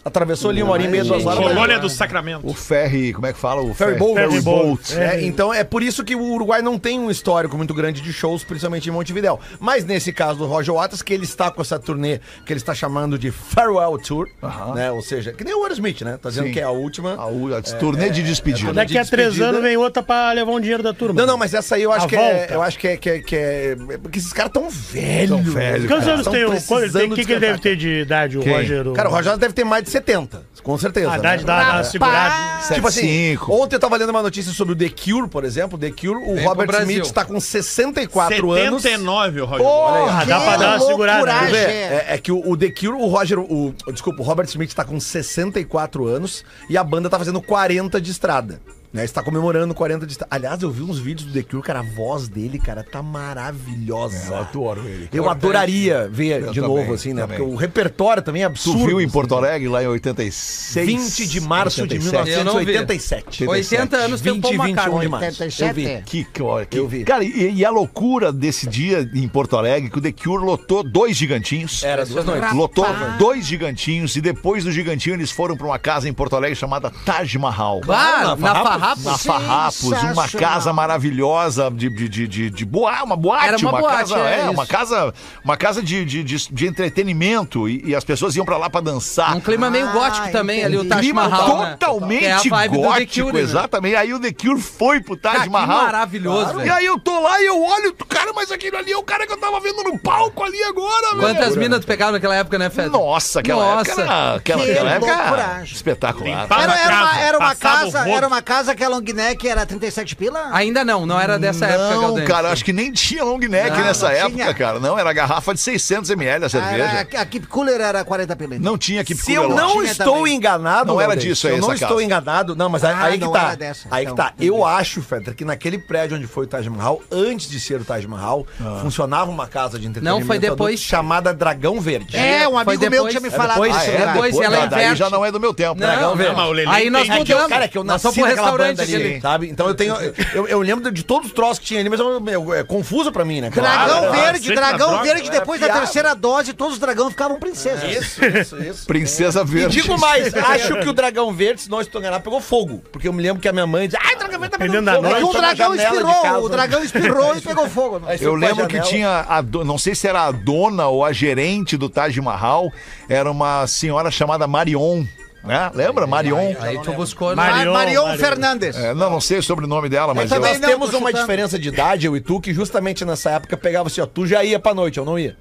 [SPEAKER 5] atravessou ali uma hora e meia, duas horas. né?
[SPEAKER 10] Colônia do Sacramento.
[SPEAKER 4] O Ferry, como é que fala? O
[SPEAKER 5] Ferry Boat.
[SPEAKER 3] Ferry Boat.
[SPEAKER 5] É, então é por isso que o Uruguai não tem um histórico muito grande de shows, principalmente em Montevidéu. Mas nesse caso do Roger Waters, que ele está com essa turnê que ele está chamando de Farewell Tour, né? Ou seja, que nem o Aerosmith, né? Tá dizendo
[SPEAKER 4] Sim.
[SPEAKER 5] que é a última.
[SPEAKER 4] A, u- Ah, a turnê de despedida.
[SPEAKER 5] é
[SPEAKER 3] Daqui a três
[SPEAKER 5] despedida.
[SPEAKER 3] anos vem outra pra levar um dinheiro da turma.
[SPEAKER 5] Não, não, mas essa aí eu acho
[SPEAKER 3] A
[SPEAKER 5] que é,
[SPEAKER 3] volta.
[SPEAKER 5] eu acho que é, que é, que é- é porque esses caras tão velhos.
[SPEAKER 4] Tão velho,
[SPEAKER 3] Quantos
[SPEAKER 4] cara.
[SPEAKER 3] anos
[SPEAKER 5] Tão
[SPEAKER 3] tem o. quando ele tem- O que, que ele deve
[SPEAKER 5] precisando
[SPEAKER 3] ter de idade, o
[SPEAKER 4] Quem?
[SPEAKER 3] Roger?
[SPEAKER 5] Cara, o Roger Waters deve ter mais de 70, com certeza.
[SPEAKER 3] A
[SPEAKER 5] né?
[SPEAKER 3] idade dá dá uma segurada.
[SPEAKER 5] Tipo assim,
[SPEAKER 4] 75.
[SPEAKER 5] ontem eu tava lendo uma notícia sobre o The Cure, por exemplo. The Cure, o
[SPEAKER 6] pro
[SPEAKER 5] Robert
[SPEAKER 6] Brasil.
[SPEAKER 5] Smith tá com 64 anos.
[SPEAKER 10] 79, o Roger Waters.
[SPEAKER 5] Olha aí, ó.
[SPEAKER 3] Ah, dá pra dar uma segurada, né?
[SPEAKER 5] Tu vê,
[SPEAKER 7] loucuragem.
[SPEAKER 5] É, é que o, o The Cure, o Roger, o, o- desculpa, o Robert Smith tá com 64 anos e a banda tá fazendo 40 de estrada. Né, está comemorando 40 de estrada. Aliás, eu vi uns vídeos do The Cure, cara, a voz dele, cara, tá maravilhosa.
[SPEAKER 4] É, Eu adoro ele.
[SPEAKER 5] Eu adoraria ver
[SPEAKER 4] Eu
[SPEAKER 5] de
[SPEAKER 4] também,
[SPEAKER 5] novo, assim, né?
[SPEAKER 4] também.
[SPEAKER 5] Porque o repertório também é
[SPEAKER 4] Tu
[SPEAKER 5] absurdo.
[SPEAKER 4] viu em
[SPEAKER 5] assim,
[SPEAKER 4] Porto
[SPEAKER 5] né?
[SPEAKER 4] Alegre, lá em 86.
[SPEAKER 5] 20 de março de
[SPEAKER 4] 87.
[SPEAKER 6] Eu não vi.
[SPEAKER 5] 1987.
[SPEAKER 6] 80 anos tem o
[SPEAKER 5] 20
[SPEAKER 6] Paul
[SPEAKER 5] e 21 de
[SPEAKER 6] McCartney.
[SPEAKER 5] março. Eu vi.
[SPEAKER 4] Que, que, hora, que-
[SPEAKER 5] Eu vi.
[SPEAKER 4] Cara, e, e a loucura desse dia em Porto Alegre, que o The Cure lotou dois gigantinhos.
[SPEAKER 5] Era duas noites.
[SPEAKER 4] Lotou dois gigantinhos e depois do gigantinho eles foram pra uma casa em Porto Alegre chamada Taj Mahal.
[SPEAKER 6] Claro, na,
[SPEAKER 5] farra,
[SPEAKER 6] farra,
[SPEAKER 7] Farrapos.
[SPEAKER 4] Na Farrapos, uma
[SPEAKER 7] Sensacional.
[SPEAKER 4] casa maravilhosa de, de, de, de, de boa, uma boate,
[SPEAKER 6] Era uma boate,
[SPEAKER 4] casa,
[SPEAKER 6] é,
[SPEAKER 4] é,
[SPEAKER 6] isso.
[SPEAKER 4] uma casa, uma casa de, de, de, de entretenimento e, e as pessoas iam pra lá pra dançar.
[SPEAKER 6] Um clima meio
[SPEAKER 7] Ah,
[SPEAKER 6] gótico também ali, o
[SPEAKER 7] entendi.
[SPEAKER 6] Taj
[SPEAKER 4] clima
[SPEAKER 6] Mahal, né?
[SPEAKER 4] totalmente
[SPEAKER 6] É a vibe do The
[SPEAKER 4] gótico,
[SPEAKER 6] Cure, né?
[SPEAKER 4] exatamente. Aí o The Cure foi pro Taj
[SPEAKER 6] Cara, que
[SPEAKER 4] Mahal.
[SPEAKER 6] maravilhoso,
[SPEAKER 4] Claro. E
[SPEAKER 6] velho.
[SPEAKER 4] aí eu tô lá e eu olho, cara, mas aquele ali é o cara que eu tava vendo no palco ali agora, velho.
[SPEAKER 6] Quantas minas tu pegava naquela época, né, Fede?
[SPEAKER 4] Nossa, aquela
[SPEAKER 6] Nossa.
[SPEAKER 4] época, era- aquela,
[SPEAKER 7] Que
[SPEAKER 4] aquela época era
[SPEAKER 7] loucuragem.
[SPEAKER 4] espetacular.
[SPEAKER 10] Limpar
[SPEAKER 7] Era, era uma, era uma
[SPEAKER 10] Passava o
[SPEAKER 7] casa,
[SPEAKER 10] rodo.
[SPEAKER 7] era uma casa que a long neck era 37 pila?
[SPEAKER 6] Ainda não, não era dessa época,
[SPEAKER 4] Não,
[SPEAKER 6] Galdêncio.
[SPEAKER 4] cara, acho que nem tinha long neck
[SPEAKER 7] Não,
[SPEAKER 4] nessa
[SPEAKER 7] não
[SPEAKER 4] época,
[SPEAKER 7] tinha.
[SPEAKER 4] cara. Não, era garrafa de 600 ml a cerveja.
[SPEAKER 7] Era- a Keep Cooler era 40 pila. então.
[SPEAKER 4] Não tinha que
[SPEAKER 5] Se eu não
[SPEAKER 7] Tinha
[SPEAKER 5] estou
[SPEAKER 7] também.
[SPEAKER 5] enganado,
[SPEAKER 4] Não era
[SPEAKER 5] Valdez,
[SPEAKER 4] disso
[SPEAKER 5] se
[SPEAKER 4] aí,
[SPEAKER 5] Eu não
[SPEAKER 4] essa
[SPEAKER 5] estou
[SPEAKER 4] casa.
[SPEAKER 5] enganado. Não, mas aí,
[SPEAKER 7] Ah,
[SPEAKER 5] aí que
[SPEAKER 7] não
[SPEAKER 5] tá.
[SPEAKER 7] era dessa,
[SPEAKER 5] aí que
[SPEAKER 7] então,
[SPEAKER 5] tá.
[SPEAKER 7] entendi.
[SPEAKER 5] Eu acho, Fetter, que naquele prédio onde foi o Taj Mahal, antes de ser o Taj Mahal, funcionava uma casa de entretenimento
[SPEAKER 6] Não, foi depois.
[SPEAKER 5] adulto chamada Dragão Verde.
[SPEAKER 7] É, um
[SPEAKER 6] Foi
[SPEAKER 7] amigo meu
[SPEAKER 6] depois.
[SPEAKER 7] tinha me
[SPEAKER 6] É
[SPEAKER 7] falado
[SPEAKER 5] depois?
[SPEAKER 7] isso.
[SPEAKER 5] Ah, é?
[SPEAKER 7] cara.
[SPEAKER 6] Depois
[SPEAKER 4] Pô,
[SPEAKER 6] ela
[SPEAKER 4] tá, daí
[SPEAKER 6] inverte.
[SPEAKER 4] já não é do meu tempo, né?
[SPEAKER 6] Não,
[SPEAKER 4] Galvão?
[SPEAKER 6] não,
[SPEAKER 10] mas o Lelê
[SPEAKER 6] aí nós
[SPEAKER 10] tem- é
[SPEAKER 5] Que eu,
[SPEAKER 4] um
[SPEAKER 6] mudamos.
[SPEAKER 5] cara, que eu nasci
[SPEAKER 6] nós só pro
[SPEAKER 5] naquela
[SPEAKER 6] restaurante
[SPEAKER 5] banda ali,
[SPEAKER 6] aquele.
[SPEAKER 5] sabe? Então eu tenho. Eu, eu lembro de todos os troços que tinha ali, mas eu- eu- é confuso pra mim, né? cara?
[SPEAKER 7] Dragão
[SPEAKER 10] Claro,
[SPEAKER 7] verde,
[SPEAKER 10] sempre
[SPEAKER 7] dragão
[SPEAKER 10] na droga, né?
[SPEAKER 7] verde, depois da
[SPEAKER 5] piada.
[SPEAKER 7] terceira dose, todos os dragões ficavam princesas.
[SPEAKER 5] Isso, isso, isso.
[SPEAKER 4] Princesa
[SPEAKER 5] E
[SPEAKER 4] Verde.
[SPEAKER 5] digo mais, acho que o Dragão Verde, se não estou enganado, pegou fogo. Porque eu me lembro que a minha mãe dizia, ai, o Dragão Verde tá pegando
[SPEAKER 3] Dependendo da
[SPEAKER 5] fogo.
[SPEAKER 7] Porque
[SPEAKER 3] noite,
[SPEAKER 5] Aí
[SPEAKER 7] o
[SPEAKER 5] foi pra
[SPEAKER 7] um dragão
[SPEAKER 5] janela de
[SPEAKER 7] espirrou,
[SPEAKER 5] casa.
[SPEAKER 7] o dragão
[SPEAKER 10] É
[SPEAKER 7] espirrou e pegou fogo. né?
[SPEAKER 5] Aí foi
[SPEAKER 4] Eu
[SPEAKER 5] pra
[SPEAKER 4] lembro que
[SPEAKER 5] janela.
[SPEAKER 4] tinha, a do- não sei se era a dona ou a gerente do Taj Mahal, era uma senhora chamada Marion, né? Lembra? Marion.
[SPEAKER 6] Aí tu buscou...
[SPEAKER 3] Mas-
[SPEAKER 7] Mar-
[SPEAKER 3] Marion,
[SPEAKER 7] Marion
[SPEAKER 3] Marion.
[SPEAKER 7] Fernandes.
[SPEAKER 4] É, não, não sei o sobrenome dela, mas eu...
[SPEAKER 7] também
[SPEAKER 5] Nós
[SPEAKER 7] não,
[SPEAKER 5] temos
[SPEAKER 7] tô
[SPEAKER 5] uma
[SPEAKER 7] chutando.
[SPEAKER 5] diferença de idade, eu e tu, que justamente nessa época pegava assim, ó, tu já ia pra noite, eu não ia.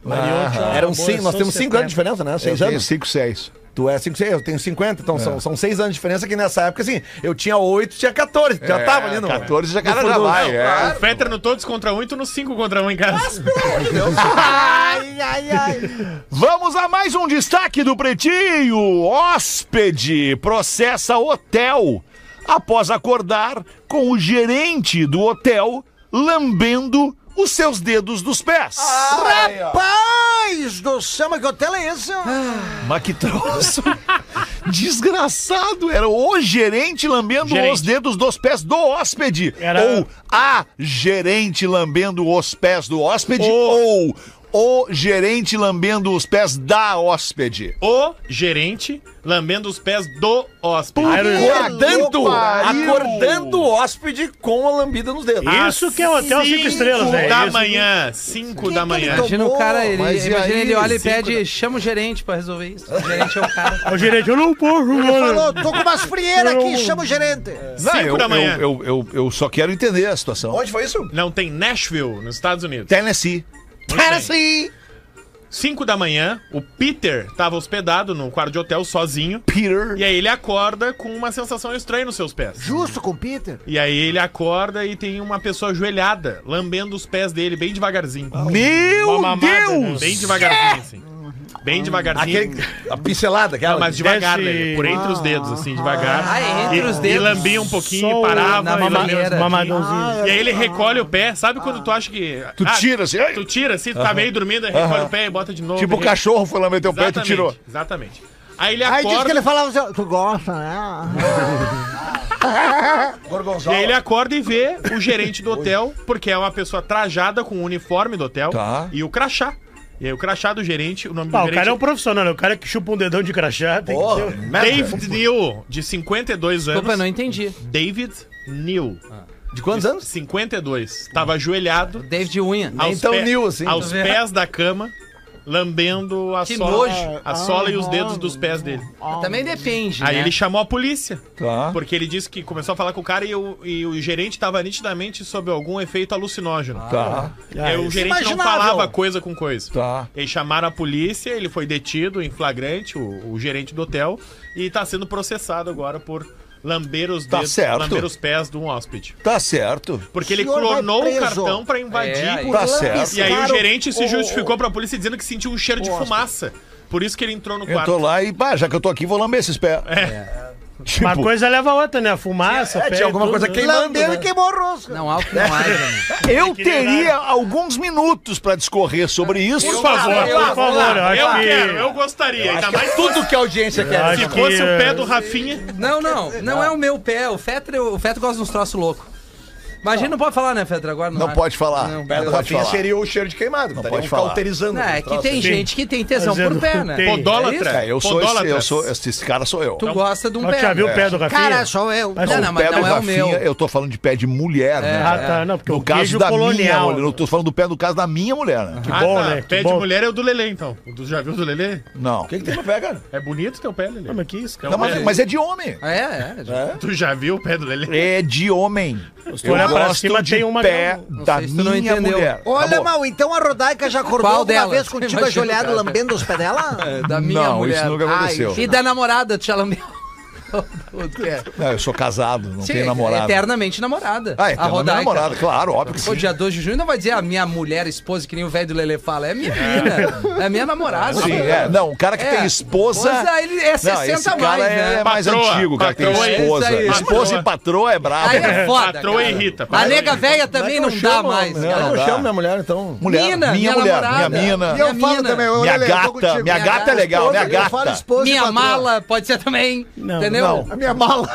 [SPEAKER 5] Eram cinco, nós temos cinco anos de diferença, né?
[SPEAKER 4] eu
[SPEAKER 5] Seis
[SPEAKER 4] tenho É.
[SPEAKER 5] anos.
[SPEAKER 4] 5, 6.
[SPEAKER 5] Tu é 5, 6, eu tenho 50, então são, são 6 anos de diferença que nessa época, assim, eu tinha 8, tinha 14,
[SPEAKER 4] É,
[SPEAKER 5] já tava ali no...
[SPEAKER 4] 14 já,
[SPEAKER 5] no
[SPEAKER 4] cara, já
[SPEAKER 5] fundo-
[SPEAKER 4] vai. é.
[SPEAKER 10] O Fetter no todos contra um e tu no cinco contra um em casa.
[SPEAKER 7] Ai, ai, ai.
[SPEAKER 4] Vamos a mais um destaque do Pretinho. Hóspede processa hotel após acordar com o gerente do hotel lambendo os seus dedos dos pés.
[SPEAKER 7] Ah. Rapaz do céu, mas que hotel é esse?
[SPEAKER 5] Ah,
[SPEAKER 4] Mas que troço. Desgraçado. Era o gerente lambendo
[SPEAKER 10] Gerente.
[SPEAKER 4] os dedos dos pés do hóspede.
[SPEAKER 3] Era-
[SPEAKER 4] Ou a gerente lambendo os pés do hóspede. Ou o gerente lambendo os pés da hóspede.
[SPEAKER 10] O gerente lambendo os pés do hóspede.
[SPEAKER 5] Acordando,
[SPEAKER 4] Que pariu.
[SPEAKER 5] acordando o hóspede com a lambida nos dedos.
[SPEAKER 3] Isso que é hotel cinco estrelas,
[SPEAKER 10] Cinco
[SPEAKER 3] velho.
[SPEAKER 10] da
[SPEAKER 3] é Isso.
[SPEAKER 10] manhã. Cinco
[SPEAKER 7] Quem
[SPEAKER 10] da
[SPEAKER 7] que ele
[SPEAKER 10] manhã.
[SPEAKER 7] tomou?
[SPEAKER 6] Imagina o cara, ele, tá-
[SPEAKER 4] Mas e
[SPEAKER 6] imagina
[SPEAKER 4] aí,
[SPEAKER 6] ele olha e
[SPEAKER 4] cinco
[SPEAKER 6] pede, chama o gerente pra resolver isso. O gerente é o cara.
[SPEAKER 3] Ô, gerente, eu não posso, mano.
[SPEAKER 7] Falou, tô com umas frieiras aqui, chama o gerente.
[SPEAKER 5] É.
[SPEAKER 10] Cinco
[SPEAKER 4] Ah, eu,
[SPEAKER 10] da manhã.
[SPEAKER 4] Eu, eu, eu- eu só quero entender a situação.
[SPEAKER 5] Onde foi isso?
[SPEAKER 10] Não, tem Nashville, nos Estados Unidos.
[SPEAKER 4] Tennessee.
[SPEAKER 5] Tennessee!
[SPEAKER 10] 5 da manhã, o Peter tava hospedado num quarto de hotel sozinho.
[SPEAKER 4] Peter.
[SPEAKER 10] E aí ele acorda com uma sensação estranha nos seus pés.
[SPEAKER 7] Justo com o Peter?
[SPEAKER 10] E aí ele acorda e tem uma pessoa ajoelhada, lambendo os pés dele bem devagarzinho.
[SPEAKER 4] Meu
[SPEAKER 3] Uma mamada,
[SPEAKER 4] Deus!
[SPEAKER 10] né? Bem devagarzinho, assim. Bem devagarzinho.
[SPEAKER 5] Aquele, a pincelada, aquela.
[SPEAKER 10] Mas devagar,
[SPEAKER 3] Desce-
[SPEAKER 10] Lelê, Por entre os dedos, assim, devagar.
[SPEAKER 6] Ah, é, entre
[SPEAKER 10] E-
[SPEAKER 6] os dedos.
[SPEAKER 10] E lambia um pouquinho,
[SPEAKER 3] Só
[SPEAKER 10] parava.
[SPEAKER 6] na
[SPEAKER 10] e lambia uns
[SPEAKER 6] mamadeira.
[SPEAKER 10] pouquinho.
[SPEAKER 3] Mamadãozinho.
[SPEAKER 10] E aí ele recolhe o pé, sabe quando tu acha que.
[SPEAKER 4] Tu
[SPEAKER 10] ah,
[SPEAKER 4] tira assim. ai,
[SPEAKER 10] Tu tira assim, tu tá meio dormindo, aí recolhe o pé e bota de novo.
[SPEAKER 4] tipo o
[SPEAKER 10] e-
[SPEAKER 4] cachorro foi lá meter o pé e tu
[SPEAKER 10] Exatamente,
[SPEAKER 4] tirou.
[SPEAKER 10] Exatamente. Aí ele
[SPEAKER 7] Aí disse que
[SPEAKER 10] acorda.
[SPEAKER 7] ele falava assim, ó, tu gosta, né?
[SPEAKER 10] E aí ele acorda e vê o gerente do hotel, porque é uma pessoa trajada com o uniforme do hotel
[SPEAKER 4] Tá.
[SPEAKER 10] e o crachá. E aí o crachá do gerente, o nome do
[SPEAKER 3] Ah, o
[SPEAKER 10] gerente é
[SPEAKER 3] cara é um profissional, né? O cara que chupa um dedão de crachá tem que
[SPEAKER 5] Porra,
[SPEAKER 4] um
[SPEAKER 3] ter... um-
[SPEAKER 5] merda.
[SPEAKER 10] David Neal, de 52 anos.
[SPEAKER 6] Desculpa, eu não entendi.
[SPEAKER 10] David Neal,
[SPEAKER 5] De quantos anos?
[SPEAKER 10] 52, estava ajoelhado
[SPEAKER 6] David Unha.
[SPEAKER 10] aos,
[SPEAKER 5] tão Neal assim.
[SPEAKER 10] aos
[SPEAKER 6] Tá vendo?
[SPEAKER 10] pés da cama, lambendo a
[SPEAKER 6] Que
[SPEAKER 10] sola,
[SPEAKER 6] nojo.
[SPEAKER 10] a sola e os dedos dos pés dele.
[SPEAKER 6] Também depende,
[SPEAKER 10] Aí
[SPEAKER 6] né?
[SPEAKER 10] ele chamou a polícia.
[SPEAKER 4] Tá.
[SPEAKER 10] Porque ele disse que começou a falar com o cara e o, e o gerente estava nitidamente sob algum efeito alucinógeno.
[SPEAKER 5] Ah,
[SPEAKER 4] Tá,
[SPEAKER 10] E aí o gerente não
[SPEAKER 7] Imaginável.
[SPEAKER 10] falava coisa com coisa.
[SPEAKER 4] tá.
[SPEAKER 10] E aí chamaram a polícia, ele foi detido em flagrante, o, o gerente do hotel, e tá sendo processado agora por lamber os
[SPEAKER 4] Tá
[SPEAKER 10] dedos,
[SPEAKER 4] certo.
[SPEAKER 10] lamber os pés de um hóspede.
[SPEAKER 4] Tá certo.
[SPEAKER 10] Porque ele
[SPEAKER 7] O senhor vai
[SPEAKER 10] clonou o
[SPEAKER 7] preso.
[SPEAKER 10] cartão pra invadir.
[SPEAKER 6] É, aí-
[SPEAKER 4] Tá certo.
[SPEAKER 10] E aí o
[SPEAKER 7] Claro,
[SPEAKER 10] gerente se
[SPEAKER 7] o-
[SPEAKER 10] justificou pra polícia dizendo que sentiu um cheiro de fumaça. Por isso que ele entrou no
[SPEAKER 4] Eu tô
[SPEAKER 10] quarto.
[SPEAKER 4] lá e, pá, já que eu tô aqui, vou lamber esses pés.
[SPEAKER 10] É.
[SPEAKER 4] Tipo,
[SPEAKER 3] Uma coisa leva a outra, né? A fumaça,
[SPEAKER 5] É,
[SPEAKER 3] pé
[SPEAKER 5] tinha
[SPEAKER 3] e
[SPEAKER 5] alguma
[SPEAKER 3] tudo,
[SPEAKER 5] coisa
[SPEAKER 3] né?
[SPEAKER 5] queimando,
[SPEAKER 7] Lambeu
[SPEAKER 5] né?
[SPEAKER 7] e queimou rosca.
[SPEAKER 6] Não há o que não haja, né?
[SPEAKER 4] eu teria alguns minutos pra discorrer sobre isso.
[SPEAKER 3] Por favor,
[SPEAKER 4] Vamos lá,
[SPEAKER 3] por
[SPEAKER 4] vamos lá.
[SPEAKER 3] favor, eu acho
[SPEAKER 10] Eu
[SPEAKER 3] que...
[SPEAKER 10] quero, eu gostaria. Ainda mais
[SPEAKER 5] Tudo que a audiência quer.
[SPEAKER 3] acho
[SPEAKER 10] se
[SPEAKER 3] que- é-
[SPEAKER 10] fosse o pé do Rafinha.
[SPEAKER 6] Não, não. Não é o meu pé. O Fetter, o Fetter gosta de uns troços loucos. Mas a gente não pode falar, né, Fetra? Agora
[SPEAKER 4] Não
[SPEAKER 6] ar.
[SPEAKER 4] pode falar. Não,
[SPEAKER 6] pode.
[SPEAKER 4] pode
[SPEAKER 5] Pedra Rafinha
[SPEAKER 4] falar.
[SPEAKER 5] Assim, seria o cheiro de queimado. Não
[SPEAKER 4] pode falar.
[SPEAKER 5] cauterizando.
[SPEAKER 6] Não, é
[SPEAKER 5] aquele
[SPEAKER 6] que
[SPEAKER 5] troço.
[SPEAKER 6] tem
[SPEAKER 3] Sim.
[SPEAKER 6] gente que tem tesão
[SPEAKER 3] Mas eu
[SPEAKER 6] por
[SPEAKER 3] não
[SPEAKER 6] pé, né?
[SPEAKER 3] tenho.
[SPEAKER 10] Podólatra.
[SPEAKER 4] É, eu sou, esse,
[SPEAKER 10] Podólatra.
[SPEAKER 4] eu sou esse, esse cara sou eu.
[SPEAKER 6] Tu gosta de um
[SPEAKER 3] Mas
[SPEAKER 6] pé.
[SPEAKER 3] já viu o
[SPEAKER 6] né?
[SPEAKER 3] pé do Rafinha?
[SPEAKER 7] Cara, sou eu.
[SPEAKER 3] Mas-
[SPEAKER 6] Não, não, mas
[SPEAKER 4] do
[SPEAKER 6] não é o meu. É.
[SPEAKER 4] eu tô falando de pé de mulher, né?
[SPEAKER 3] Ah, tá. Não, porque
[SPEAKER 4] No
[SPEAKER 3] o
[SPEAKER 4] caso
[SPEAKER 3] queijo
[SPEAKER 4] da minha
[SPEAKER 3] colonial.
[SPEAKER 4] mulher, eu tô falando do pé no caso da minha mulher, né?
[SPEAKER 3] Que bom, né? Que
[SPEAKER 10] Pé de
[SPEAKER 3] bom.
[SPEAKER 10] mulher é o do Lelê, então. Tu já viu o do Lelê?
[SPEAKER 4] Não.
[SPEAKER 5] O que, que tem no pé, cara?
[SPEAKER 10] É bonito teu pé, Lelê.
[SPEAKER 3] Não, mas que isso, cara?
[SPEAKER 4] Não, mas,
[SPEAKER 10] é.
[SPEAKER 4] mas é de homem.
[SPEAKER 6] É, é.
[SPEAKER 10] Tu já viu o pé do Lelê?
[SPEAKER 4] É de homem.
[SPEAKER 3] Se tu olhar pra cima, tem uma-
[SPEAKER 4] pé
[SPEAKER 6] Não
[SPEAKER 4] da
[SPEAKER 6] sei se tu não
[SPEAKER 4] minha
[SPEAKER 6] entendeu.
[SPEAKER 4] mulher. Tá
[SPEAKER 7] Olha,
[SPEAKER 4] Acabou.
[SPEAKER 7] mal, então a Rodaica já acordou
[SPEAKER 6] Qual
[SPEAKER 7] alguma
[SPEAKER 6] delas?
[SPEAKER 7] vez contigo
[SPEAKER 6] Imagina,
[SPEAKER 7] ajoelhado
[SPEAKER 6] cara.
[SPEAKER 7] lambendo os pés dela?
[SPEAKER 6] é. Da minha
[SPEAKER 4] Não,
[SPEAKER 6] mulher.
[SPEAKER 4] isso nunca
[SPEAKER 6] Ah,
[SPEAKER 4] aconteceu.
[SPEAKER 6] E da namorada, tu já lambeu?
[SPEAKER 4] Não, eu sou casado, não
[SPEAKER 6] Sim,
[SPEAKER 4] tenho namorado.
[SPEAKER 6] é. Eternamente namorada.
[SPEAKER 4] Ah, eterna minha
[SPEAKER 6] Rodaica.
[SPEAKER 4] namorada, claro, óbvio que
[SPEAKER 6] Pô,
[SPEAKER 4] sim.
[SPEAKER 6] dia 2 de junho não vai dizer a minha mulher, esposa, que nem o velho do Lele fala. É minha mina. É minha namorada.
[SPEAKER 4] Sim, é. Não, o cara que
[SPEAKER 6] É.
[SPEAKER 4] tem esposa.
[SPEAKER 6] Esposa, ele é 60
[SPEAKER 4] esse cara
[SPEAKER 6] mais,
[SPEAKER 4] é
[SPEAKER 6] né?
[SPEAKER 4] mais
[SPEAKER 10] Patroa,
[SPEAKER 4] antigo, o cara que tem
[SPEAKER 10] patroa,
[SPEAKER 6] é
[SPEAKER 4] esposa.
[SPEAKER 6] isso aí.
[SPEAKER 4] Esposa
[SPEAKER 10] Patroa.
[SPEAKER 4] e patroa é brabo.
[SPEAKER 6] Aí é foda.
[SPEAKER 10] Patroa
[SPEAKER 6] cara.
[SPEAKER 10] irrita.
[SPEAKER 6] A nega velha também
[SPEAKER 5] Como é
[SPEAKER 6] não
[SPEAKER 5] que eu
[SPEAKER 6] dá
[SPEAKER 5] chamo?
[SPEAKER 6] mais.
[SPEAKER 5] Como é que
[SPEAKER 4] Não,
[SPEAKER 5] eu
[SPEAKER 4] dá.
[SPEAKER 5] chamo minha mulher, então.
[SPEAKER 4] Mulher,
[SPEAKER 6] Mina,
[SPEAKER 4] minha,
[SPEAKER 6] minha
[SPEAKER 4] mulher,
[SPEAKER 6] namorada.
[SPEAKER 4] minha mina.
[SPEAKER 6] Minha
[SPEAKER 7] Eu falo
[SPEAKER 6] mina.
[SPEAKER 7] também, eu um
[SPEAKER 4] Minha
[SPEAKER 7] olhei, eu tô
[SPEAKER 4] gata,
[SPEAKER 7] contigo.
[SPEAKER 4] minha gata é legal, minha
[SPEAKER 7] Eu falo
[SPEAKER 4] gata.
[SPEAKER 7] esposa e
[SPEAKER 6] Minha
[SPEAKER 7] patroa.
[SPEAKER 6] mala pode ser também. entendeu?
[SPEAKER 4] não.
[SPEAKER 7] A minha mala.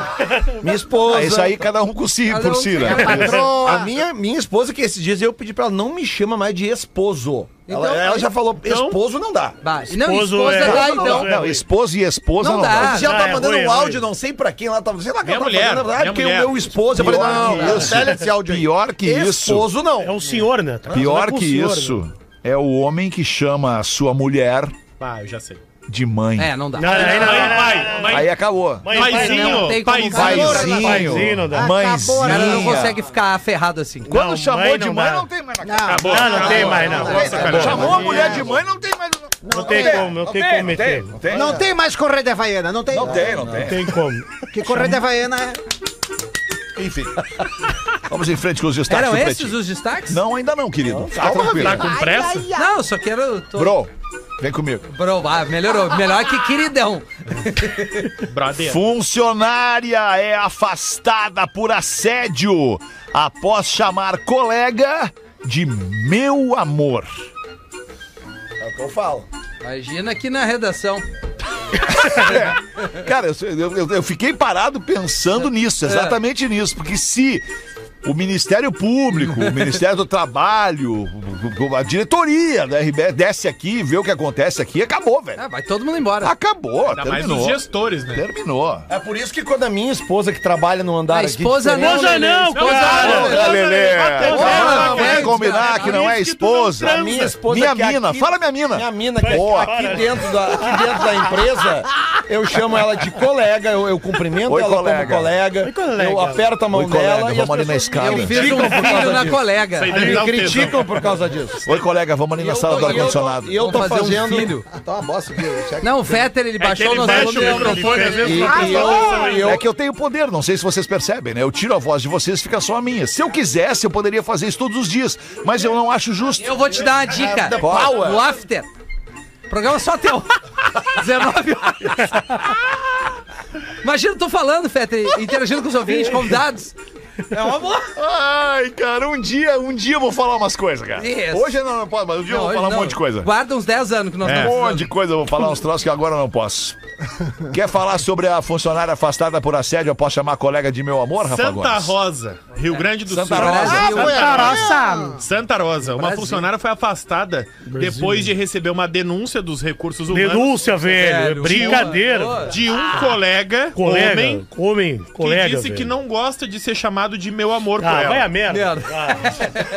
[SPEAKER 5] Minha esposa.
[SPEAKER 4] Ah, isso aí cada um com si,
[SPEAKER 6] Cada
[SPEAKER 4] por
[SPEAKER 6] um
[SPEAKER 4] si,
[SPEAKER 6] fica
[SPEAKER 4] né?
[SPEAKER 6] pra
[SPEAKER 5] A minha, minha esposa, que esses dias eu pedi pra ela não me chama mais de esposo. ela,
[SPEAKER 6] Então,
[SPEAKER 5] ela já falou,
[SPEAKER 10] então-
[SPEAKER 5] esposo não dá.
[SPEAKER 6] Vai. Não,
[SPEAKER 3] Esposo
[SPEAKER 6] esposa
[SPEAKER 3] é-
[SPEAKER 6] dá,
[SPEAKER 3] Não,
[SPEAKER 6] então.
[SPEAKER 3] não,
[SPEAKER 4] Não, esposa e esposa
[SPEAKER 6] Não
[SPEAKER 4] não,
[SPEAKER 6] dá.
[SPEAKER 4] dá.
[SPEAKER 5] Esse dia ela
[SPEAKER 7] tá
[SPEAKER 3] Ah,
[SPEAKER 5] tava
[SPEAKER 3] é
[SPEAKER 5] mandando
[SPEAKER 3] ruim, é
[SPEAKER 5] um áudio,
[SPEAKER 3] ruim.
[SPEAKER 5] não sei pra quem ela tava. Sei lá o que
[SPEAKER 10] Minha
[SPEAKER 5] ela tava
[SPEAKER 10] mulher,
[SPEAKER 5] fazendo. Ah,
[SPEAKER 10] minha
[SPEAKER 5] porque
[SPEAKER 10] mulher.
[SPEAKER 5] o meu esposo. Eu falei, não,
[SPEAKER 4] Pior que isso.
[SPEAKER 5] cancela esse áudio aí.
[SPEAKER 4] Pior que isso.
[SPEAKER 5] Esposo não.
[SPEAKER 3] É um senhor, né? Tá
[SPEAKER 4] Pior
[SPEAKER 3] casado com
[SPEAKER 4] que
[SPEAKER 3] um senhor, né?
[SPEAKER 4] isso é o homem que chama a sua mulher
[SPEAKER 10] Ah, eu já sei.
[SPEAKER 4] de mãe.
[SPEAKER 6] É, não dá.
[SPEAKER 3] Não, não, não,
[SPEAKER 10] Mãe,
[SPEAKER 3] não, não.
[SPEAKER 10] pai, mãe,
[SPEAKER 4] Aí acabou.
[SPEAKER 3] Mãe, pai, não.
[SPEAKER 6] não tem como
[SPEAKER 10] paizinho, paizinho.
[SPEAKER 6] falar.
[SPEAKER 4] Paizinho,
[SPEAKER 3] Paizinho não dá.
[SPEAKER 4] mãezinha.
[SPEAKER 6] O cara não consegue ficar ferrado assim.
[SPEAKER 4] Quando
[SPEAKER 3] Não,
[SPEAKER 4] chamou
[SPEAKER 3] mãe
[SPEAKER 4] de
[SPEAKER 3] não
[SPEAKER 4] mãe,
[SPEAKER 3] dá.
[SPEAKER 4] não tem mais na cara.
[SPEAKER 10] Acabou.
[SPEAKER 3] Não, não tem mais, não.
[SPEAKER 10] Nossa, cara.
[SPEAKER 4] Chamou a mulher de mãe, não tem mais.
[SPEAKER 3] Não tem como, não tem como meter. Não
[SPEAKER 4] tem.
[SPEAKER 7] Não tem mais correr de Havaiana, não tem.
[SPEAKER 4] tem, não tem.
[SPEAKER 3] tem como.
[SPEAKER 7] Que correr de Havaiana é...
[SPEAKER 4] Enfim. Vamos em frente com os destaques
[SPEAKER 6] Eram
[SPEAKER 4] do
[SPEAKER 6] esses
[SPEAKER 4] Pretinho.
[SPEAKER 6] os destaques?
[SPEAKER 4] tá Não, ainda não, querido. Fica tranquilo.
[SPEAKER 10] Tá com pressa?
[SPEAKER 6] Não, eu só quero. Tô...
[SPEAKER 4] Bro, vem comigo.
[SPEAKER 6] Bro, ah, melhorou. Melhor que queridão.
[SPEAKER 10] Brother.
[SPEAKER 4] Funcionária é afastada por assédio após chamar colega de meu amor.
[SPEAKER 5] É o que eu falo.
[SPEAKER 6] Imagina aqui na redação.
[SPEAKER 4] Cara, eu, eu- eu- eu fiquei parado pensando nisso, exatamente nisso, porque se o Ministério Público, o Ministério do Trabalho, o- o- a diretoria da RBS desce aqui, vê o que acontece aqui, acabou, velho.
[SPEAKER 6] Ah, vai todo mundo embora.
[SPEAKER 4] Acabou,
[SPEAKER 10] Ainda mais os
[SPEAKER 4] terminou.
[SPEAKER 10] gestores, né?
[SPEAKER 4] Terminou.
[SPEAKER 5] É por isso que quando a minha esposa, que trabalha no andar
[SPEAKER 6] A
[SPEAKER 5] aqui...
[SPEAKER 6] esposa não.
[SPEAKER 3] Esposa não,
[SPEAKER 6] Lelê, esposa
[SPEAKER 3] cara.
[SPEAKER 6] Ah, não.
[SPEAKER 4] Ô, Lelê,
[SPEAKER 6] Não,
[SPEAKER 4] vamos
[SPEAKER 6] velho,
[SPEAKER 4] combinar que não é
[SPEAKER 3] isso que tu não
[SPEAKER 4] esposa.
[SPEAKER 3] transa.
[SPEAKER 5] Minha esposa
[SPEAKER 4] Minha
[SPEAKER 5] que é
[SPEAKER 4] mina,
[SPEAKER 5] aqui-
[SPEAKER 4] fala minha mina.
[SPEAKER 5] Minha mina, que é
[SPEAKER 4] Boa.
[SPEAKER 5] aqui, aqui dentro da, aqui dentro da empresa, eu chamo ela de colega, eu, eu cumprimento
[SPEAKER 4] Oi,
[SPEAKER 5] ela
[SPEAKER 4] colega.
[SPEAKER 5] como colega,
[SPEAKER 3] Oi, colega.
[SPEAKER 5] eu aperto a mão
[SPEAKER 4] Oi,
[SPEAKER 5] dela
[SPEAKER 4] colega,
[SPEAKER 5] e as
[SPEAKER 4] vamos ali na
[SPEAKER 5] pessoas
[SPEAKER 4] escada.
[SPEAKER 6] Eu fiz um
[SPEAKER 5] Criticam por causa
[SPEAKER 6] filho na
[SPEAKER 5] disso.
[SPEAKER 6] colega.
[SPEAKER 10] Isso aí deve
[SPEAKER 5] me
[SPEAKER 10] dar um tesão.
[SPEAKER 5] criticam por causa disso.
[SPEAKER 4] Oi, colega, vamos ali na sala do
[SPEAKER 5] E eu tô,
[SPEAKER 4] ar-condicionado.
[SPEAKER 5] e eu tô
[SPEAKER 6] Vamos fazer um
[SPEAKER 5] fazendo...
[SPEAKER 6] filho.
[SPEAKER 5] Tá uma bosta aqui, checa.
[SPEAKER 6] Não, o Fetter, ele
[SPEAKER 10] É que
[SPEAKER 6] baixou
[SPEAKER 10] ele
[SPEAKER 6] nos
[SPEAKER 10] baixa o microfone, às vezes não
[SPEAKER 5] E- e eu- e eu-
[SPEAKER 4] É que eu tenho poder, não sei se vocês percebem, né? Eu tiro a voz de vocês, fica só a minha. Se eu quisesse, eu poderia fazer isso todos os dias, mas eu não acho justo.
[SPEAKER 6] Eu vou te dar uma dica.
[SPEAKER 5] the
[SPEAKER 4] é?
[SPEAKER 5] power.
[SPEAKER 6] O after. Programa só teu. 19 horas. Imagina, tô falando, Fetter, interagindo com os ouvintes, convidados. É uma boa.
[SPEAKER 4] Ai, cara, um dia, um dia eu vou falar umas coisas, cara.
[SPEAKER 6] Isso.
[SPEAKER 4] Hoje eu não, não posso, mas um dia eu vou
[SPEAKER 6] Não,
[SPEAKER 4] falar
[SPEAKER 6] não.
[SPEAKER 4] um monte de coisa.
[SPEAKER 6] Guarda uns 10 anos que nós
[SPEAKER 4] Um
[SPEAKER 6] não
[SPEAKER 4] monte de coisa, eu vou falar uns troços que agora eu não posso. Quer falar sobre a funcionária afastada por assédio? Eu posso chamar a colega de meu amor, Rafa
[SPEAKER 10] Santa
[SPEAKER 4] Gomes?
[SPEAKER 10] Rosa, Rio Grande do
[SPEAKER 4] Santa
[SPEAKER 10] Sul.
[SPEAKER 4] Rosa.
[SPEAKER 10] Santa Rosa, uma funcionária foi afastada depois de receber uma denúncia dos recursos humanos
[SPEAKER 3] Denúncia, velho. É
[SPEAKER 6] Sério, um-
[SPEAKER 3] brincadeira.
[SPEAKER 6] boa, boa.
[SPEAKER 10] de um colega,
[SPEAKER 3] Colega.
[SPEAKER 10] homem,
[SPEAKER 3] Homem, colega.
[SPEAKER 10] que disse que
[SPEAKER 3] velho.
[SPEAKER 10] não é gosta de ser chamado de meu amor por
[SPEAKER 3] Ah, vai
[SPEAKER 10] ela.
[SPEAKER 3] a merda.
[SPEAKER 6] Merda.
[SPEAKER 3] Ah,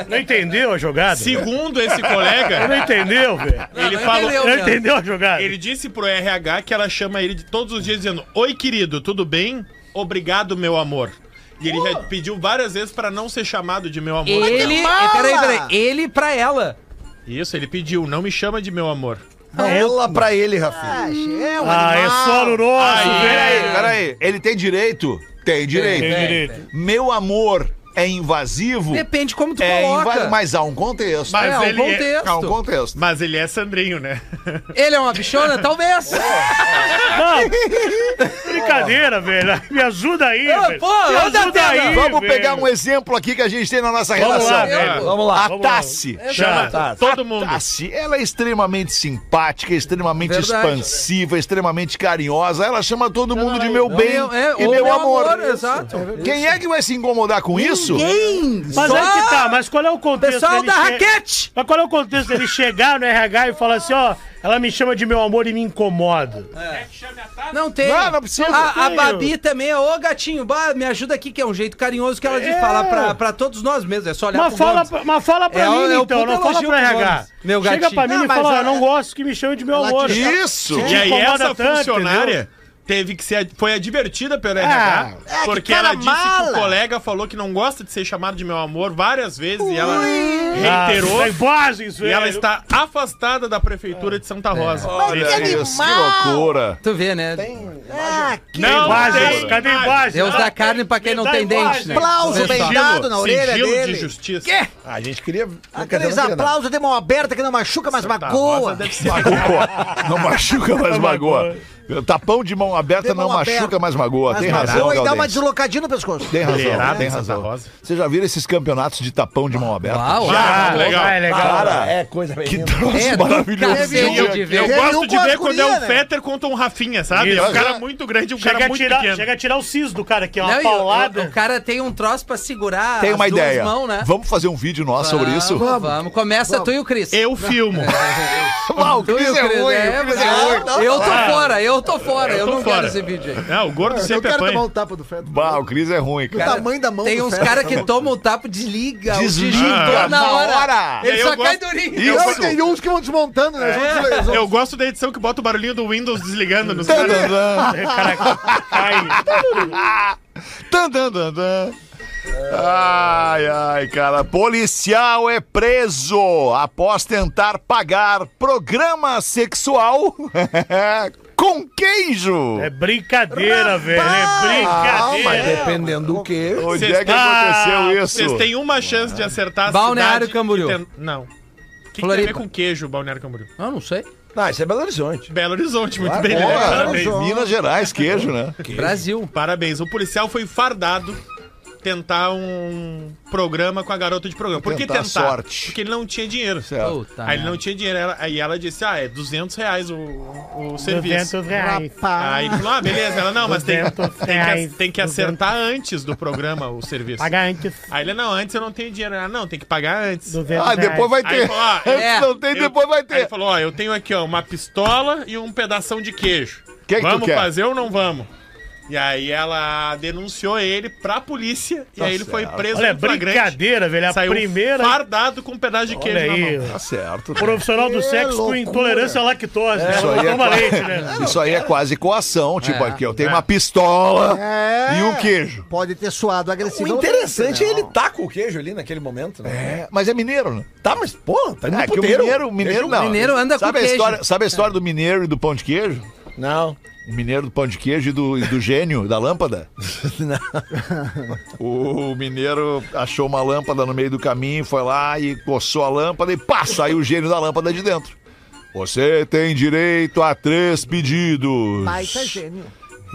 [SPEAKER 3] não entendeu a jogada?
[SPEAKER 10] Segundo esse
[SPEAKER 3] Não
[SPEAKER 10] colega,
[SPEAKER 3] entendeu, velho.
[SPEAKER 10] ele
[SPEAKER 6] não
[SPEAKER 10] falou,
[SPEAKER 6] entendeu.
[SPEAKER 3] Não entendeu a jogada?
[SPEAKER 10] ele disse pro RH que ela chama ele de todos os dias dizendo: "Oi, querido, tudo bem? Obrigado, meu amor." E ele já pediu várias vezes pra não ser chamado de meu amor.
[SPEAKER 6] Ele.
[SPEAKER 7] mala!
[SPEAKER 6] Peraí, peraí. Ele pra ela.
[SPEAKER 10] Isso, ele pediu, não me chama de meu amor.
[SPEAKER 5] Ela pra ele, Rafinha.
[SPEAKER 7] É um
[SPEAKER 3] Ah, é
[SPEAKER 7] animal.
[SPEAKER 3] só no nosso,
[SPEAKER 4] Peraí,
[SPEAKER 3] velho.
[SPEAKER 4] peraí. Ele tem direito? Tem direito.
[SPEAKER 3] Tem direito.
[SPEAKER 4] Meu amor é invasivo?
[SPEAKER 6] Depende como tu
[SPEAKER 4] É
[SPEAKER 6] coloca.
[SPEAKER 4] invasivo, mas há um contexto.
[SPEAKER 10] Mas
[SPEAKER 6] é, um
[SPEAKER 10] ele é-
[SPEAKER 4] Há um
[SPEAKER 6] contexto.
[SPEAKER 4] contexto.
[SPEAKER 10] Mas ele é Sandrinho, né?
[SPEAKER 4] É,
[SPEAKER 6] Ele é uma bichona? Talvez.
[SPEAKER 3] Não. brincadeira, velho. Me ajuda aí,
[SPEAKER 6] Ah,
[SPEAKER 3] velho.
[SPEAKER 6] pô,
[SPEAKER 3] Me
[SPEAKER 6] anda
[SPEAKER 3] ajuda
[SPEAKER 6] até,
[SPEAKER 3] aí,
[SPEAKER 4] Vamos
[SPEAKER 3] velho.
[SPEAKER 4] pegar um exemplo aqui que a gente tem na nossa
[SPEAKER 3] Vamos
[SPEAKER 4] relação.
[SPEAKER 3] lá,
[SPEAKER 6] Eu, um
[SPEAKER 3] velho.
[SPEAKER 6] pô.
[SPEAKER 5] Vamos lá.
[SPEAKER 4] A Tassi.
[SPEAKER 3] Chama.
[SPEAKER 5] Tá.
[SPEAKER 10] Todo mundo.
[SPEAKER 4] Tassi, ela é extremamente simpática, extremamente
[SPEAKER 6] Verdade.
[SPEAKER 4] expansiva, extremamente carinhosa. Ela chama todo mundo de meu bem
[SPEAKER 6] Eu- é,
[SPEAKER 4] e
[SPEAKER 6] o
[SPEAKER 4] meu, amor.
[SPEAKER 6] Exato.
[SPEAKER 4] Quem é que vai se incomodar com isso?
[SPEAKER 6] Ninguém.
[SPEAKER 3] Mas
[SPEAKER 6] Só
[SPEAKER 3] aí que tá, mas qual é o
[SPEAKER 6] o
[SPEAKER 3] contexto
[SPEAKER 6] Pessoal
[SPEAKER 3] dele
[SPEAKER 6] da
[SPEAKER 3] che-
[SPEAKER 6] raquete.
[SPEAKER 3] Mas qual é o contexto dele chegar no RH e falar assim, ó, ela me chama de meu amor e me incomoda?
[SPEAKER 6] Não tem.
[SPEAKER 4] Não, não precisa,
[SPEAKER 6] A,
[SPEAKER 4] não
[SPEAKER 6] a
[SPEAKER 4] tem.
[SPEAKER 6] Babi também é, ô gatinho, bah, me ajuda aqui, que é um jeito carinhoso que ela diz
[SPEAKER 3] É.
[SPEAKER 6] falar pra, pra todos nós mesmos. É só olhar
[SPEAKER 3] Mas
[SPEAKER 6] pro
[SPEAKER 3] fala,
[SPEAKER 6] Gomes.
[SPEAKER 3] pra- mas fala pra
[SPEAKER 6] É,
[SPEAKER 3] mim,
[SPEAKER 6] é o
[SPEAKER 3] então,
[SPEAKER 6] puta
[SPEAKER 3] não fala
[SPEAKER 6] elogio
[SPEAKER 3] pro
[SPEAKER 6] pro
[SPEAKER 3] RH.
[SPEAKER 6] Gomes, meu
[SPEAKER 3] Chega
[SPEAKER 6] gatinho. é-
[SPEAKER 3] pra mim
[SPEAKER 7] Não,
[SPEAKER 3] e
[SPEAKER 7] mas
[SPEAKER 3] fala, ó,
[SPEAKER 7] ela-
[SPEAKER 3] eu não gosto que me chame de meu
[SPEAKER 7] Ela
[SPEAKER 3] amor.
[SPEAKER 7] te-
[SPEAKER 4] Isso!
[SPEAKER 10] E aí
[SPEAKER 3] incomoda
[SPEAKER 10] essa
[SPEAKER 3] tanto,
[SPEAKER 10] funcionária teve que ser foi advertida pelo RH,
[SPEAKER 4] é, que
[SPEAKER 10] porque
[SPEAKER 4] cara
[SPEAKER 10] ela disse que o
[SPEAKER 4] mala.
[SPEAKER 10] colega falou que não gosta de ser chamado de meu amor várias vezes e ela
[SPEAKER 3] Ah,
[SPEAKER 10] reiterou
[SPEAKER 3] tem bases,
[SPEAKER 10] e
[SPEAKER 3] velho.
[SPEAKER 10] ela está afastada da prefeitura de Santa Rosa.
[SPEAKER 4] Olha isso, que loucura.
[SPEAKER 6] Tu vê, né?
[SPEAKER 7] Ah, que
[SPEAKER 10] Não
[SPEAKER 3] Bases,
[SPEAKER 10] tem
[SPEAKER 3] cadê
[SPEAKER 10] imagem.
[SPEAKER 3] bases?
[SPEAKER 6] Deus
[SPEAKER 3] Não
[SPEAKER 6] dá
[SPEAKER 3] tem-
[SPEAKER 6] carne pra quem
[SPEAKER 3] me
[SPEAKER 6] não
[SPEAKER 3] dá
[SPEAKER 6] tem
[SPEAKER 3] imagem.
[SPEAKER 6] dente, né?
[SPEAKER 7] aplauso
[SPEAKER 6] Vê só.
[SPEAKER 7] bem dado na orelha
[SPEAKER 10] sigilo de
[SPEAKER 7] dele.
[SPEAKER 10] justiça.
[SPEAKER 5] A gente queria.
[SPEAKER 7] Aqueles Ah, aplausos de mão aberta que não machuca, mas
[SPEAKER 10] Santa Rosa
[SPEAKER 7] magoa.
[SPEAKER 10] deve ser
[SPEAKER 4] Magoa. Não machuca, mas magoa. Tapão de mão aberta
[SPEAKER 7] De mão
[SPEAKER 4] não machuca,
[SPEAKER 7] aberta.
[SPEAKER 4] mas magoa.
[SPEAKER 7] Mas
[SPEAKER 4] Tem razão,
[SPEAKER 7] magoa e dá uma
[SPEAKER 4] Galdêncio.
[SPEAKER 7] deslocadinha no pescoço.
[SPEAKER 4] Tem razão,
[SPEAKER 10] Liberada
[SPEAKER 4] tem
[SPEAKER 10] em Santa
[SPEAKER 4] razão.
[SPEAKER 10] Rosa.
[SPEAKER 4] Você já viram esses campeonatos de tapão de mão aberta?
[SPEAKER 6] Uau,
[SPEAKER 3] Ah,
[SPEAKER 10] Ah, legal.
[SPEAKER 3] legal. É legal.
[SPEAKER 5] Cara, é coisa bem.
[SPEAKER 4] Que
[SPEAKER 5] linda.
[SPEAKER 4] troço
[SPEAKER 6] É, do
[SPEAKER 4] maravilhoso.
[SPEAKER 6] cacete.
[SPEAKER 4] Tinha-
[SPEAKER 6] de
[SPEAKER 10] Eu
[SPEAKER 6] ver.
[SPEAKER 10] gosto
[SPEAKER 7] um
[SPEAKER 10] de
[SPEAKER 7] com
[SPEAKER 10] ver
[SPEAKER 7] as
[SPEAKER 10] quando é
[SPEAKER 7] guria,
[SPEAKER 10] um
[SPEAKER 7] né?
[SPEAKER 10] Fetter contra um Rafinha, sabe?
[SPEAKER 3] Isso.
[SPEAKER 10] É um cara muito grande, e um
[SPEAKER 3] Chega
[SPEAKER 10] cara
[SPEAKER 3] a,
[SPEAKER 10] muito
[SPEAKER 3] tirar,
[SPEAKER 10] pequeno.
[SPEAKER 3] chega a tirar o siso do cara, que é uma
[SPEAKER 6] Não, e o-
[SPEAKER 3] paulada.
[SPEAKER 6] o, o cara tem um troço pra segurar
[SPEAKER 4] Tem uma
[SPEAKER 6] as duas
[SPEAKER 4] ideia.
[SPEAKER 6] mãos, né?
[SPEAKER 4] Vamos fazer um vídeo nosso sobre isso?
[SPEAKER 6] Vamos, vamos. Começa tu e o Cris.
[SPEAKER 10] Eu filmo.
[SPEAKER 6] É,
[SPEAKER 4] Uau, o
[SPEAKER 6] Tu e
[SPEAKER 4] Cris
[SPEAKER 6] o
[SPEAKER 4] é
[SPEAKER 6] Cris,
[SPEAKER 4] ruim,
[SPEAKER 6] é,
[SPEAKER 4] o Cris é
[SPEAKER 6] mas
[SPEAKER 4] ruim.
[SPEAKER 6] eu- Eu tô fora, eu tô fora. Eu
[SPEAKER 10] tô
[SPEAKER 6] não
[SPEAKER 10] fora.
[SPEAKER 6] quero esse vídeo aí.
[SPEAKER 10] Não, o gordo
[SPEAKER 7] Eu
[SPEAKER 10] sempre
[SPEAKER 7] quero tomar um
[SPEAKER 10] apanha.
[SPEAKER 7] o tapa do Feto.
[SPEAKER 4] Bah, o Cris é ruim,
[SPEAKER 7] O
[SPEAKER 4] cara.
[SPEAKER 7] tamanho da mão
[SPEAKER 6] Tem
[SPEAKER 7] do
[SPEAKER 6] uns
[SPEAKER 7] Fetter.
[SPEAKER 6] caras que tomam o tapo, desliga, o
[SPEAKER 4] Desliga
[SPEAKER 6] digitor
[SPEAKER 4] na
[SPEAKER 6] tá na hora.
[SPEAKER 4] hora.
[SPEAKER 6] Ele
[SPEAKER 10] Eu
[SPEAKER 6] só cai
[SPEAKER 10] gosto-
[SPEAKER 6] durinho.
[SPEAKER 4] Isso.
[SPEAKER 7] Não, tem uns que vão desmontando,
[SPEAKER 4] É.
[SPEAKER 7] né? Eles vão- eles vão-
[SPEAKER 10] Eu gosto da edição que bota o barulhinho do Windows desligando nos
[SPEAKER 4] Tan,
[SPEAKER 10] caras.
[SPEAKER 4] tan, tan.
[SPEAKER 3] O cara cai.
[SPEAKER 4] Tan, tan, tan, tan. Ai, ai, cara. Policial é preso após tentar pagar programa sexual com queijo.
[SPEAKER 3] É brincadeira, velho. É
[SPEAKER 5] Mas
[SPEAKER 3] brincadeira.
[SPEAKER 5] dependendo do que.
[SPEAKER 4] Onde
[SPEAKER 10] Vocês-
[SPEAKER 4] é que
[SPEAKER 3] Ah,
[SPEAKER 4] aconteceu isso?
[SPEAKER 10] Vocês tá- têm uma chance de acertar a
[SPEAKER 6] Balneário
[SPEAKER 10] cidade
[SPEAKER 6] Camboriú.
[SPEAKER 10] e ten- Não. O que, que tem a
[SPEAKER 6] Floripa.
[SPEAKER 10] ver com queijo, Balneário Camboriú?
[SPEAKER 6] Não, não sei.
[SPEAKER 5] Ah, isso é Belo Horizonte.
[SPEAKER 10] Belo Horizonte, muito bem, né?
[SPEAKER 4] Porra,
[SPEAKER 10] Parabéns.
[SPEAKER 4] é Minas Gerais, queijo, né?
[SPEAKER 6] Brasil.
[SPEAKER 10] Parabéns. O policial foi fardado tentar um programa com a garota de programa. Por que
[SPEAKER 4] Tentar
[SPEAKER 10] tentar?
[SPEAKER 4] sorte.
[SPEAKER 10] Porque ele não tinha dinheiro.
[SPEAKER 4] Certo.
[SPEAKER 6] Puta
[SPEAKER 10] Aí ele não
[SPEAKER 6] merda.
[SPEAKER 10] tinha dinheiro. Ela- Aí ela disse, ah, é 200 reais o, o serviço.
[SPEAKER 3] 200 reais.
[SPEAKER 10] Aí ele falou, ah, beleza. Ela, não, mas tem, tem,
[SPEAKER 3] 200
[SPEAKER 10] que,
[SPEAKER 3] reais.
[SPEAKER 10] tem que acertar antes do programa o serviço.
[SPEAKER 3] Pagar antes.
[SPEAKER 10] Aí ele, não, antes eu não tenho dinheiro. Ela, não, tem que pagar antes.
[SPEAKER 3] 200
[SPEAKER 4] Ah, depois vai
[SPEAKER 10] Aí
[SPEAKER 4] ter.
[SPEAKER 10] falou, ah,
[SPEAKER 4] Antes
[SPEAKER 6] é,
[SPEAKER 4] não tem,
[SPEAKER 10] eu-
[SPEAKER 4] depois vai
[SPEAKER 10] Aí ele
[SPEAKER 4] ter.
[SPEAKER 10] falou, ó, eu tenho aqui, ó, uma pistola e um pedaço de queijo.
[SPEAKER 4] é Que que tu
[SPEAKER 10] vamos
[SPEAKER 4] quer?
[SPEAKER 10] fazer ou não vamos? E aí ela denunciou ele pra polícia e aí ele foi preso
[SPEAKER 3] Olha,
[SPEAKER 10] em um flagrante.
[SPEAKER 3] brincadeira, velho. é A
[SPEAKER 10] Saiu
[SPEAKER 3] primeira.
[SPEAKER 10] fardado com um pedaço de queijo
[SPEAKER 3] Olha
[SPEAKER 10] na
[SPEAKER 3] aí.
[SPEAKER 10] mão.
[SPEAKER 4] Tá certo.
[SPEAKER 3] Profissional do sexo com intolerância à lactose. né?
[SPEAKER 4] Isso
[SPEAKER 3] Ela
[SPEAKER 4] aí, é
[SPEAKER 3] toma
[SPEAKER 4] quase,
[SPEAKER 3] leite, né?
[SPEAKER 4] isso aí é quase coação. Tipo,
[SPEAKER 6] É.
[SPEAKER 4] aqui eu tenho uma pistola e um queijo.
[SPEAKER 7] Pode ter suado agressivo.
[SPEAKER 5] O
[SPEAKER 7] né?
[SPEAKER 5] interessante é ele tá com o queijo ali naquele momento, né?
[SPEAKER 4] É, Mas é mineiro, né?
[SPEAKER 5] Tá, mas, pô, tá no
[SPEAKER 4] É que o
[SPEAKER 5] puteiro.
[SPEAKER 4] mineiro, o mineiro não.
[SPEAKER 6] mineiro anda
[SPEAKER 4] sabe
[SPEAKER 6] com
[SPEAKER 4] a
[SPEAKER 6] queijo.
[SPEAKER 4] História, sabe a história do mineiro e do pão de queijo?
[SPEAKER 5] Não.
[SPEAKER 4] O mineiro do pão de queijo e do, e do gênio da lâmpada? O mineiro achou uma lâmpada no meio do caminho, foi lá e coçou a lâmpada e pá, saiu o gênio da lâmpada de dentro. Você tem direito a três pedidos.
[SPEAKER 7] Baita gênio.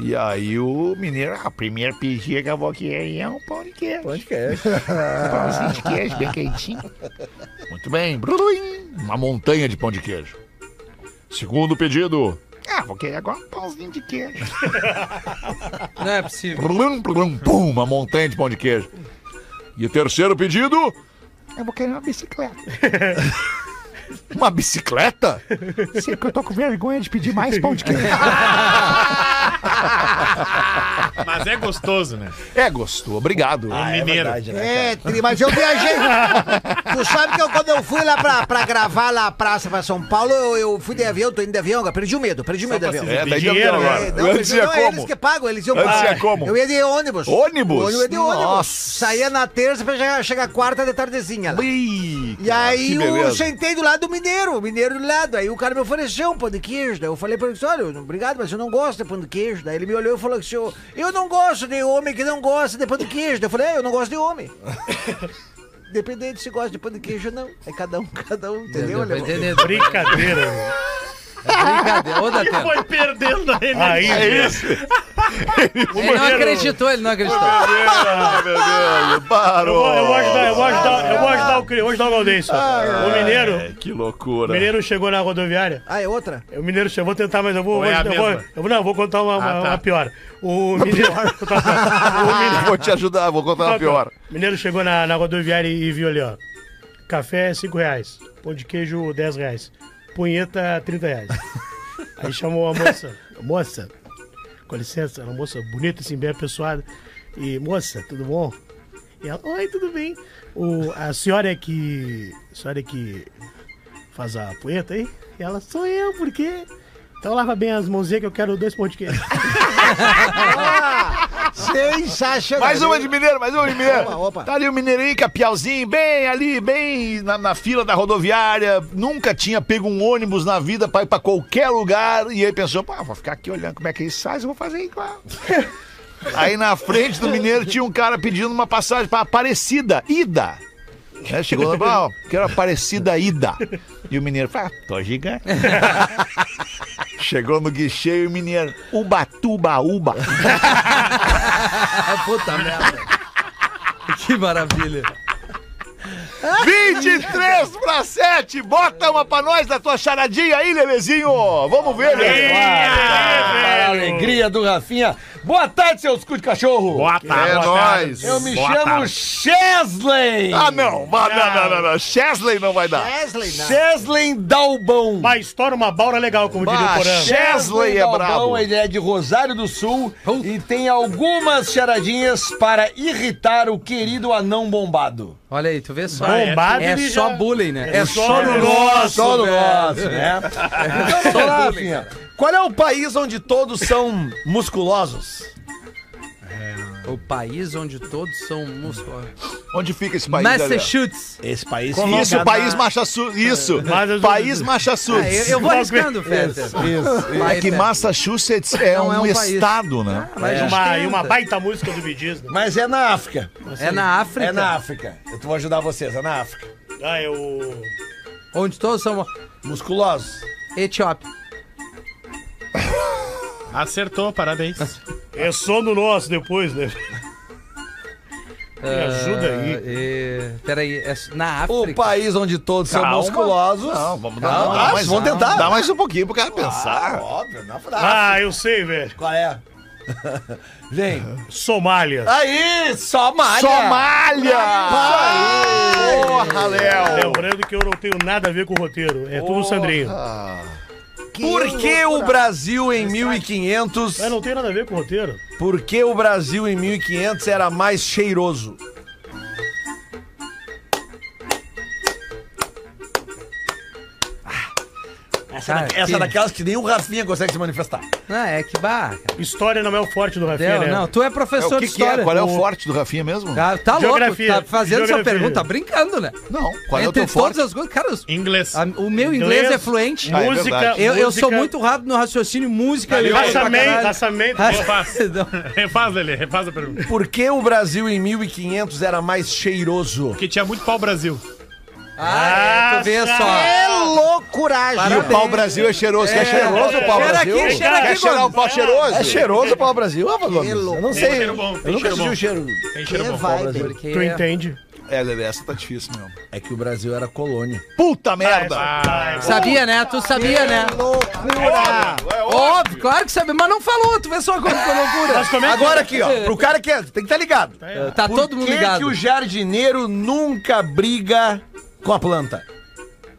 [SPEAKER 4] E aí o mineiro, ah, primeiro pedido que eu vou querer é um pão de queijo.
[SPEAKER 5] Onde que é?
[SPEAKER 4] Pãozinho de queijo bem quentinho. Muito bem. Bruruim. Uma montanha de pão de queijo. Segundo pedido. Ah, vou querer agora um pãozinho de queijo.
[SPEAKER 6] Não é possível.
[SPEAKER 4] Brum, brum, pum, uma montanha de pão de queijo. E o terceiro pedido. Eu vou querer uma bicicleta. uma bicicleta? Sei que eu tô com vergonha de pedir mais pão de queijo.
[SPEAKER 10] Mas é gostoso, né?
[SPEAKER 4] É, gostou. Obrigado.
[SPEAKER 3] Ah,
[SPEAKER 4] É,
[SPEAKER 10] mineiro.
[SPEAKER 5] né?
[SPEAKER 7] É, tri, mas eu viajei. tu sabe que eu, quando eu fui lá pra, pra gravar lá a praça pra São Paulo, eu, eu fui de avião, tô indo de avião, cara. Perdi o medo, perdi o medo de avião.
[SPEAKER 4] É, daí
[SPEAKER 3] Dinheiro,
[SPEAKER 4] dinheiro
[SPEAKER 7] É,
[SPEAKER 4] agora.
[SPEAKER 7] não,
[SPEAKER 4] Antes
[SPEAKER 7] perdi-
[SPEAKER 4] ia
[SPEAKER 7] não,
[SPEAKER 4] como?
[SPEAKER 7] Eles que pagam, eles iam
[SPEAKER 4] Antes
[SPEAKER 7] pagar.
[SPEAKER 4] ia como?
[SPEAKER 7] Eu ia de ônibus.
[SPEAKER 4] Ônibus?
[SPEAKER 7] Eu ia de ônibus.
[SPEAKER 4] Nossa.
[SPEAKER 7] Saía na terça pra chegar, chegar quarta de tardezinha lá.
[SPEAKER 4] Ih,
[SPEAKER 7] E
[SPEAKER 4] cara, Ah, que
[SPEAKER 7] aí eu
[SPEAKER 4] beleza.
[SPEAKER 7] sentei do lado do mineiro, o mineiro do lado. Aí o cara me ofereceu um pão de queijo. Daí eu falei pra ele, olha, obrigado, mas eu não gosto de pão de queijo. Daí ele me olhou e falou assim, "Ô, eu não gosto de homem que não gosta de pão de queijo. Daí eu falei, é, eu não gosto de homem. Dependente se gosta de pão de queijo ou não. É cada um, cada um, entendeu?
[SPEAKER 6] Deu pra
[SPEAKER 7] alemão?
[SPEAKER 6] entender.
[SPEAKER 3] Brincadeira, velho.
[SPEAKER 6] Brincadeira. Ô, Datena.
[SPEAKER 10] Foi perdendo a energia.
[SPEAKER 3] Aí, é isso.
[SPEAKER 6] Ele não acreditou, ele não acreditou.
[SPEAKER 3] Eu vou, eu vou ajudar, eu vou ajudar, eu vou ajudar o, Cri- eu vou ajudar o Gaudêncio. O
[SPEAKER 4] É,
[SPEAKER 3] Mineiro,
[SPEAKER 4] que
[SPEAKER 3] o
[SPEAKER 4] loucura.
[SPEAKER 3] Mineiro chegou na rodoviária.
[SPEAKER 7] Ah, é outra?
[SPEAKER 3] O Mineiro chegou, vou tentar, mas eu vou.
[SPEAKER 10] Ou é
[SPEAKER 3] vou-
[SPEAKER 10] a
[SPEAKER 3] eu vou-
[SPEAKER 10] mesma?
[SPEAKER 3] eu vou- não, eu vou contar uma, uma-
[SPEAKER 10] tá.
[SPEAKER 3] uma pior. O Mineiro. o Mineiro-
[SPEAKER 4] Ah, Vou te ajudar, vou contar
[SPEAKER 3] Tá
[SPEAKER 4] uma pior.
[SPEAKER 3] O Mineiro chegou na, na rodoviária e, e viu ali, ó. Café é 5 reais. Pão de queijo, 10 reais. Punheta, 30 reais. Aí chamou a moça. Moça, com licença, uma moça bonita, assim, bem apessoada. E, moça, tudo bom? E ela, oi, tudo bem? O, a senhora é que. A senhora é que faz a punheta aí? E ela, sou eu, por quê? Então lava bem as mãozinhas que eu quero dois pão de queijo.
[SPEAKER 7] Sensacional.
[SPEAKER 4] Mais uma de Mineiro, mais uma de Mineiro.
[SPEAKER 7] Opa, opa.
[SPEAKER 4] Tá ali o Mineirinho, Capiauzinho, bem ali, bem na, na fila da rodoviária. Nunca tinha pego um ônibus na vida pra ir pra qualquer lugar. E aí pensou, pá, vou ficar aqui olhando como é que ele sai, eu vou fazer aí, claro. aí na frente do Mineiro tinha um cara pedindo uma passagem pra Aparecida, Ida. Né, chegou lá, ó, quero Aparecida Ida. E o Mineiro, fala, ah, tô gigante. Chegou no guichê e o Mineiro, Ubatuba, Uba.
[SPEAKER 6] Ah, puta merda. Que maravilha.
[SPEAKER 4] 23 para 7, bota uma pra nós da tua charadinha aí, Lelezinho. Vamos ver, Lelezinho.
[SPEAKER 5] A
[SPEAKER 7] É.
[SPEAKER 5] alegria do Rafinha. Boa tarde, seus cu de cachorro.
[SPEAKER 10] Boa tarde.
[SPEAKER 4] É
[SPEAKER 10] boa
[SPEAKER 4] nóis.
[SPEAKER 10] tarde.
[SPEAKER 5] Eu me
[SPEAKER 10] Boa
[SPEAKER 5] chamo
[SPEAKER 10] tarde.
[SPEAKER 5] Chesley.
[SPEAKER 4] Ah, não, mas não, não, não, não. Chesley não vai dar.
[SPEAKER 7] Wesley, não.
[SPEAKER 5] Chesley Dalbão.
[SPEAKER 3] Mas estoura uma baura legal, como diria o
[SPEAKER 4] Bah,
[SPEAKER 3] Porã.
[SPEAKER 4] Chesley é brabo.
[SPEAKER 5] ele é de Rosário do Sul e tem algumas charadinhas para irritar o querido anão bombado.
[SPEAKER 6] Olha aí, tu vê só.
[SPEAKER 3] Vai, Bombado
[SPEAKER 6] é
[SPEAKER 3] ele
[SPEAKER 6] só
[SPEAKER 3] já-
[SPEAKER 6] bullying, né? É,
[SPEAKER 3] só no
[SPEAKER 5] nosso, só no
[SPEAKER 6] velho.
[SPEAKER 5] nosso, né? Então, vamos lá, Rafinha. Qual é o país onde todos são musculosos?
[SPEAKER 6] o país onde todos são músculos.
[SPEAKER 4] Onde fica esse país? Lele?
[SPEAKER 6] Massachusetts.
[SPEAKER 5] Esse país
[SPEAKER 4] É Isso,
[SPEAKER 5] fica
[SPEAKER 4] país Massachusetts. Isso,
[SPEAKER 3] Mas eu-
[SPEAKER 4] país Massachusetts.
[SPEAKER 6] Ah, eu, eu vou arriscando, Feta.
[SPEAKER 4] É que Massachusetts é
[SPEAKER 6] Não
[SPEAKER 4] um,
[SPEAKER 6] é um país.
[SPEAKER 4] estado, né?
[SPEAKER 6] Mas
[SPEAKER 3] E
[SPEAKER 6] a gente
[SPEAKER 3] É. uma, e
[SPEAKER 6] tenta.
[SPEAKER 3] uma baita música do Bidiz, né?
[SPEAKER 5] Mas é na África.
[SPEAKER 6] É na África.
[SPEAKER 5] É na África. Eu vou ajudar vocês, é na África.
[SPEAKER 3] Ah, eu.
[SPEAKER 6] Onde todos são
[SPEAKER 5] Musculosos.
[SPEAKER 6] Etiópia.
[SPEAKER 10] Acertou, parabéns.
[SPEAKER 3] É sono nosso depois, né?
[SPEAKER 6] Ah,
[SPEAKER 3] Me ajuda aí.
[SPEAKER 6] É, peraí, é na
[SPEAKER 5] O
[SPEAKER 6] África.
[SPEAKER 5] país onde todos são musculosos.
[SPEAKER 4] Não, vamos dar
[SPEAKER 5] Calma,
[SPEAKER 4] dá
[SPEAKER 5] mas vamos tentar.
[SPEAKER 4] Dá mais um pouquinho pro cara pensar.
[SPEAKER 5] Óbvio, na África.
[SPEAKER 3] Ah, eu sei, velho.
[SPEAKER 5] Qual é? Vem.
[SPEAKER 3] Somália.
[SPEAKER 5] Aí, Somália.
[SPEAKER 4] Somália! Porra,
[SPEAKER 6] Ah.
[SPEAKER 4] Léo!
[SPEAKER 3] Lembrando que eu não tenho nada a ver com o roteiro. É tudo Sandrinho.
[SPEAKER 5] Por que o Brasil em 1500...
[SPEAKER 3] Mas não tem nada a ver com o roteiro.
[SPEAKER 5] Por que o Brasil em 1500 era mais cheiroso? Essa,
[SPEAKER 6] Cara,
[SPEAKER 5] da- essa é
[SPEAKER 6] que-
[SPEAKER 5] daquelas que nem o Rafinha consegue se manifestar.
[SPEAKER 6] Não, é que barra.
[SPEAKER 3] História não é o forte do Rafinha,
[SPEAKER 6] Não,
[SPEAKER 3] né?
[SPEAKER 6] não, tu é
[SPEAKER 4] É,
[SPEAKER 6] professor
[SPEAKER 4] o que,
[SPEAKER 6] de
[SPEAKER 4] que é?
[SPEAKER 6] história.
[SPEAKER 4] Qual é o forte do Rafinha mesmo?
[SPEAKER 6] Tá, tá louco,
[SPEAKER 3] Geografia,
[SPEAKER 6] tá fazendo sua
[SPEAKER 3] geografia.
[SPEAKER 6] pergunta, tá brincando, né?
[SPEAKER 4] Não, qual é o teu
[SPEAKER 6] Entre todas
[SPEAKER 4] forte?
[SPEAKER 6] as coisas, cara, os-
[SPEAKER 10] Inglês.
[SPEAKER 6] a- o meu inglês, é fluente.
[SPEAKER 4] Ah, é
[SPEAKER 3] Música,
[SPEAKER 4] verdade.
[SPEAKER 6] Eu, eu sou
[SPEAKER 3] música-
[SPEAKER 6] muito rápido no raciocínio, música.
[SPEAKER 10] Valeu.
[SPEAKER 6] eu gosto pra
[SPEAKER 3] Raça Man,
[SPEAKER 6] caralho.
[SPEAKER 3] Raça Man.
[SPEAKER 10] Raça-
[SPEAKER 6] Não.
[SPEAKER 10] Refaz, Lelê, refaz a pergunta.
[SPEAKER 5] Por que o Brasil em 1500 era mais cheiroso?
[SPEAKER 10] Porque tinha muito pau-brasil.
[SPEAKER 6] Ah, é, tu vê só.
[SPEAKER 7] É loucuragem.
[SPEAKER 4] E o pau Brasil é cheiroso. É, cheiroso o pau
[SPEAKER 6] Cheira
[SPEAKER 4] Brasil?
[SPEAKER 6] aqui, cheira
[SPEAKER 4] Quer
[SPEAKER 3] É.
[SPEAKER 6] aqui,
[SPEAKER 4] cheirar o pau cheiroso?
[SPEAKER 5] É cheiroso o pau-brasil, ah, Gomes? Eu não
[SPEAKER 10] Tem
[SPEAKER 5] sei.
[SPEAKER 10] cheiro bom,
[SPEAKER 5] eu
[SPEAKER 10] tem
[SPEAKER 5] nunca
[SPEAKER 10] cheiro
[SPEAKER 5] senti
[SPEAKER 10] bom.
[SPEAKER 5] o cheiro. é
[SPEAKER 10] Tem cheiro
[SPEAKER 7] Que
[SPEAKER 10] bom.
[SPEAKER 7] vibe.
[SPEAKER 6] Porque...
[SPEAKER 3] Tu entende?
[SPEAKER 4] É, Lelê, essa tá difícil mesmo.
[SPEAKER 5] É que o Brasil era colônia.
[SPEAKER 4] Puta merda!
[SPEAKER 10] Ah,
[SPEAKER 6] Sabia, né? Tu sabia, né?
[SPEAKER 7] Loucura.
[SPEAKER 6] Óbvio, claro que sabia, mas não falou, tu vê só como que é loucura.
[SPEAKER 5] Agora aqui, ó, pro cara que é, tem que estar ligado.
[SPEAKER 6] Tá
[SPEAKER 5] Por
[SPEAKER 6] todo mundo
[SPEAKER 5] que
[SPEAKER 6] ligado.
[SPEAKER 5] que o jardineiro nunca briga com a planta?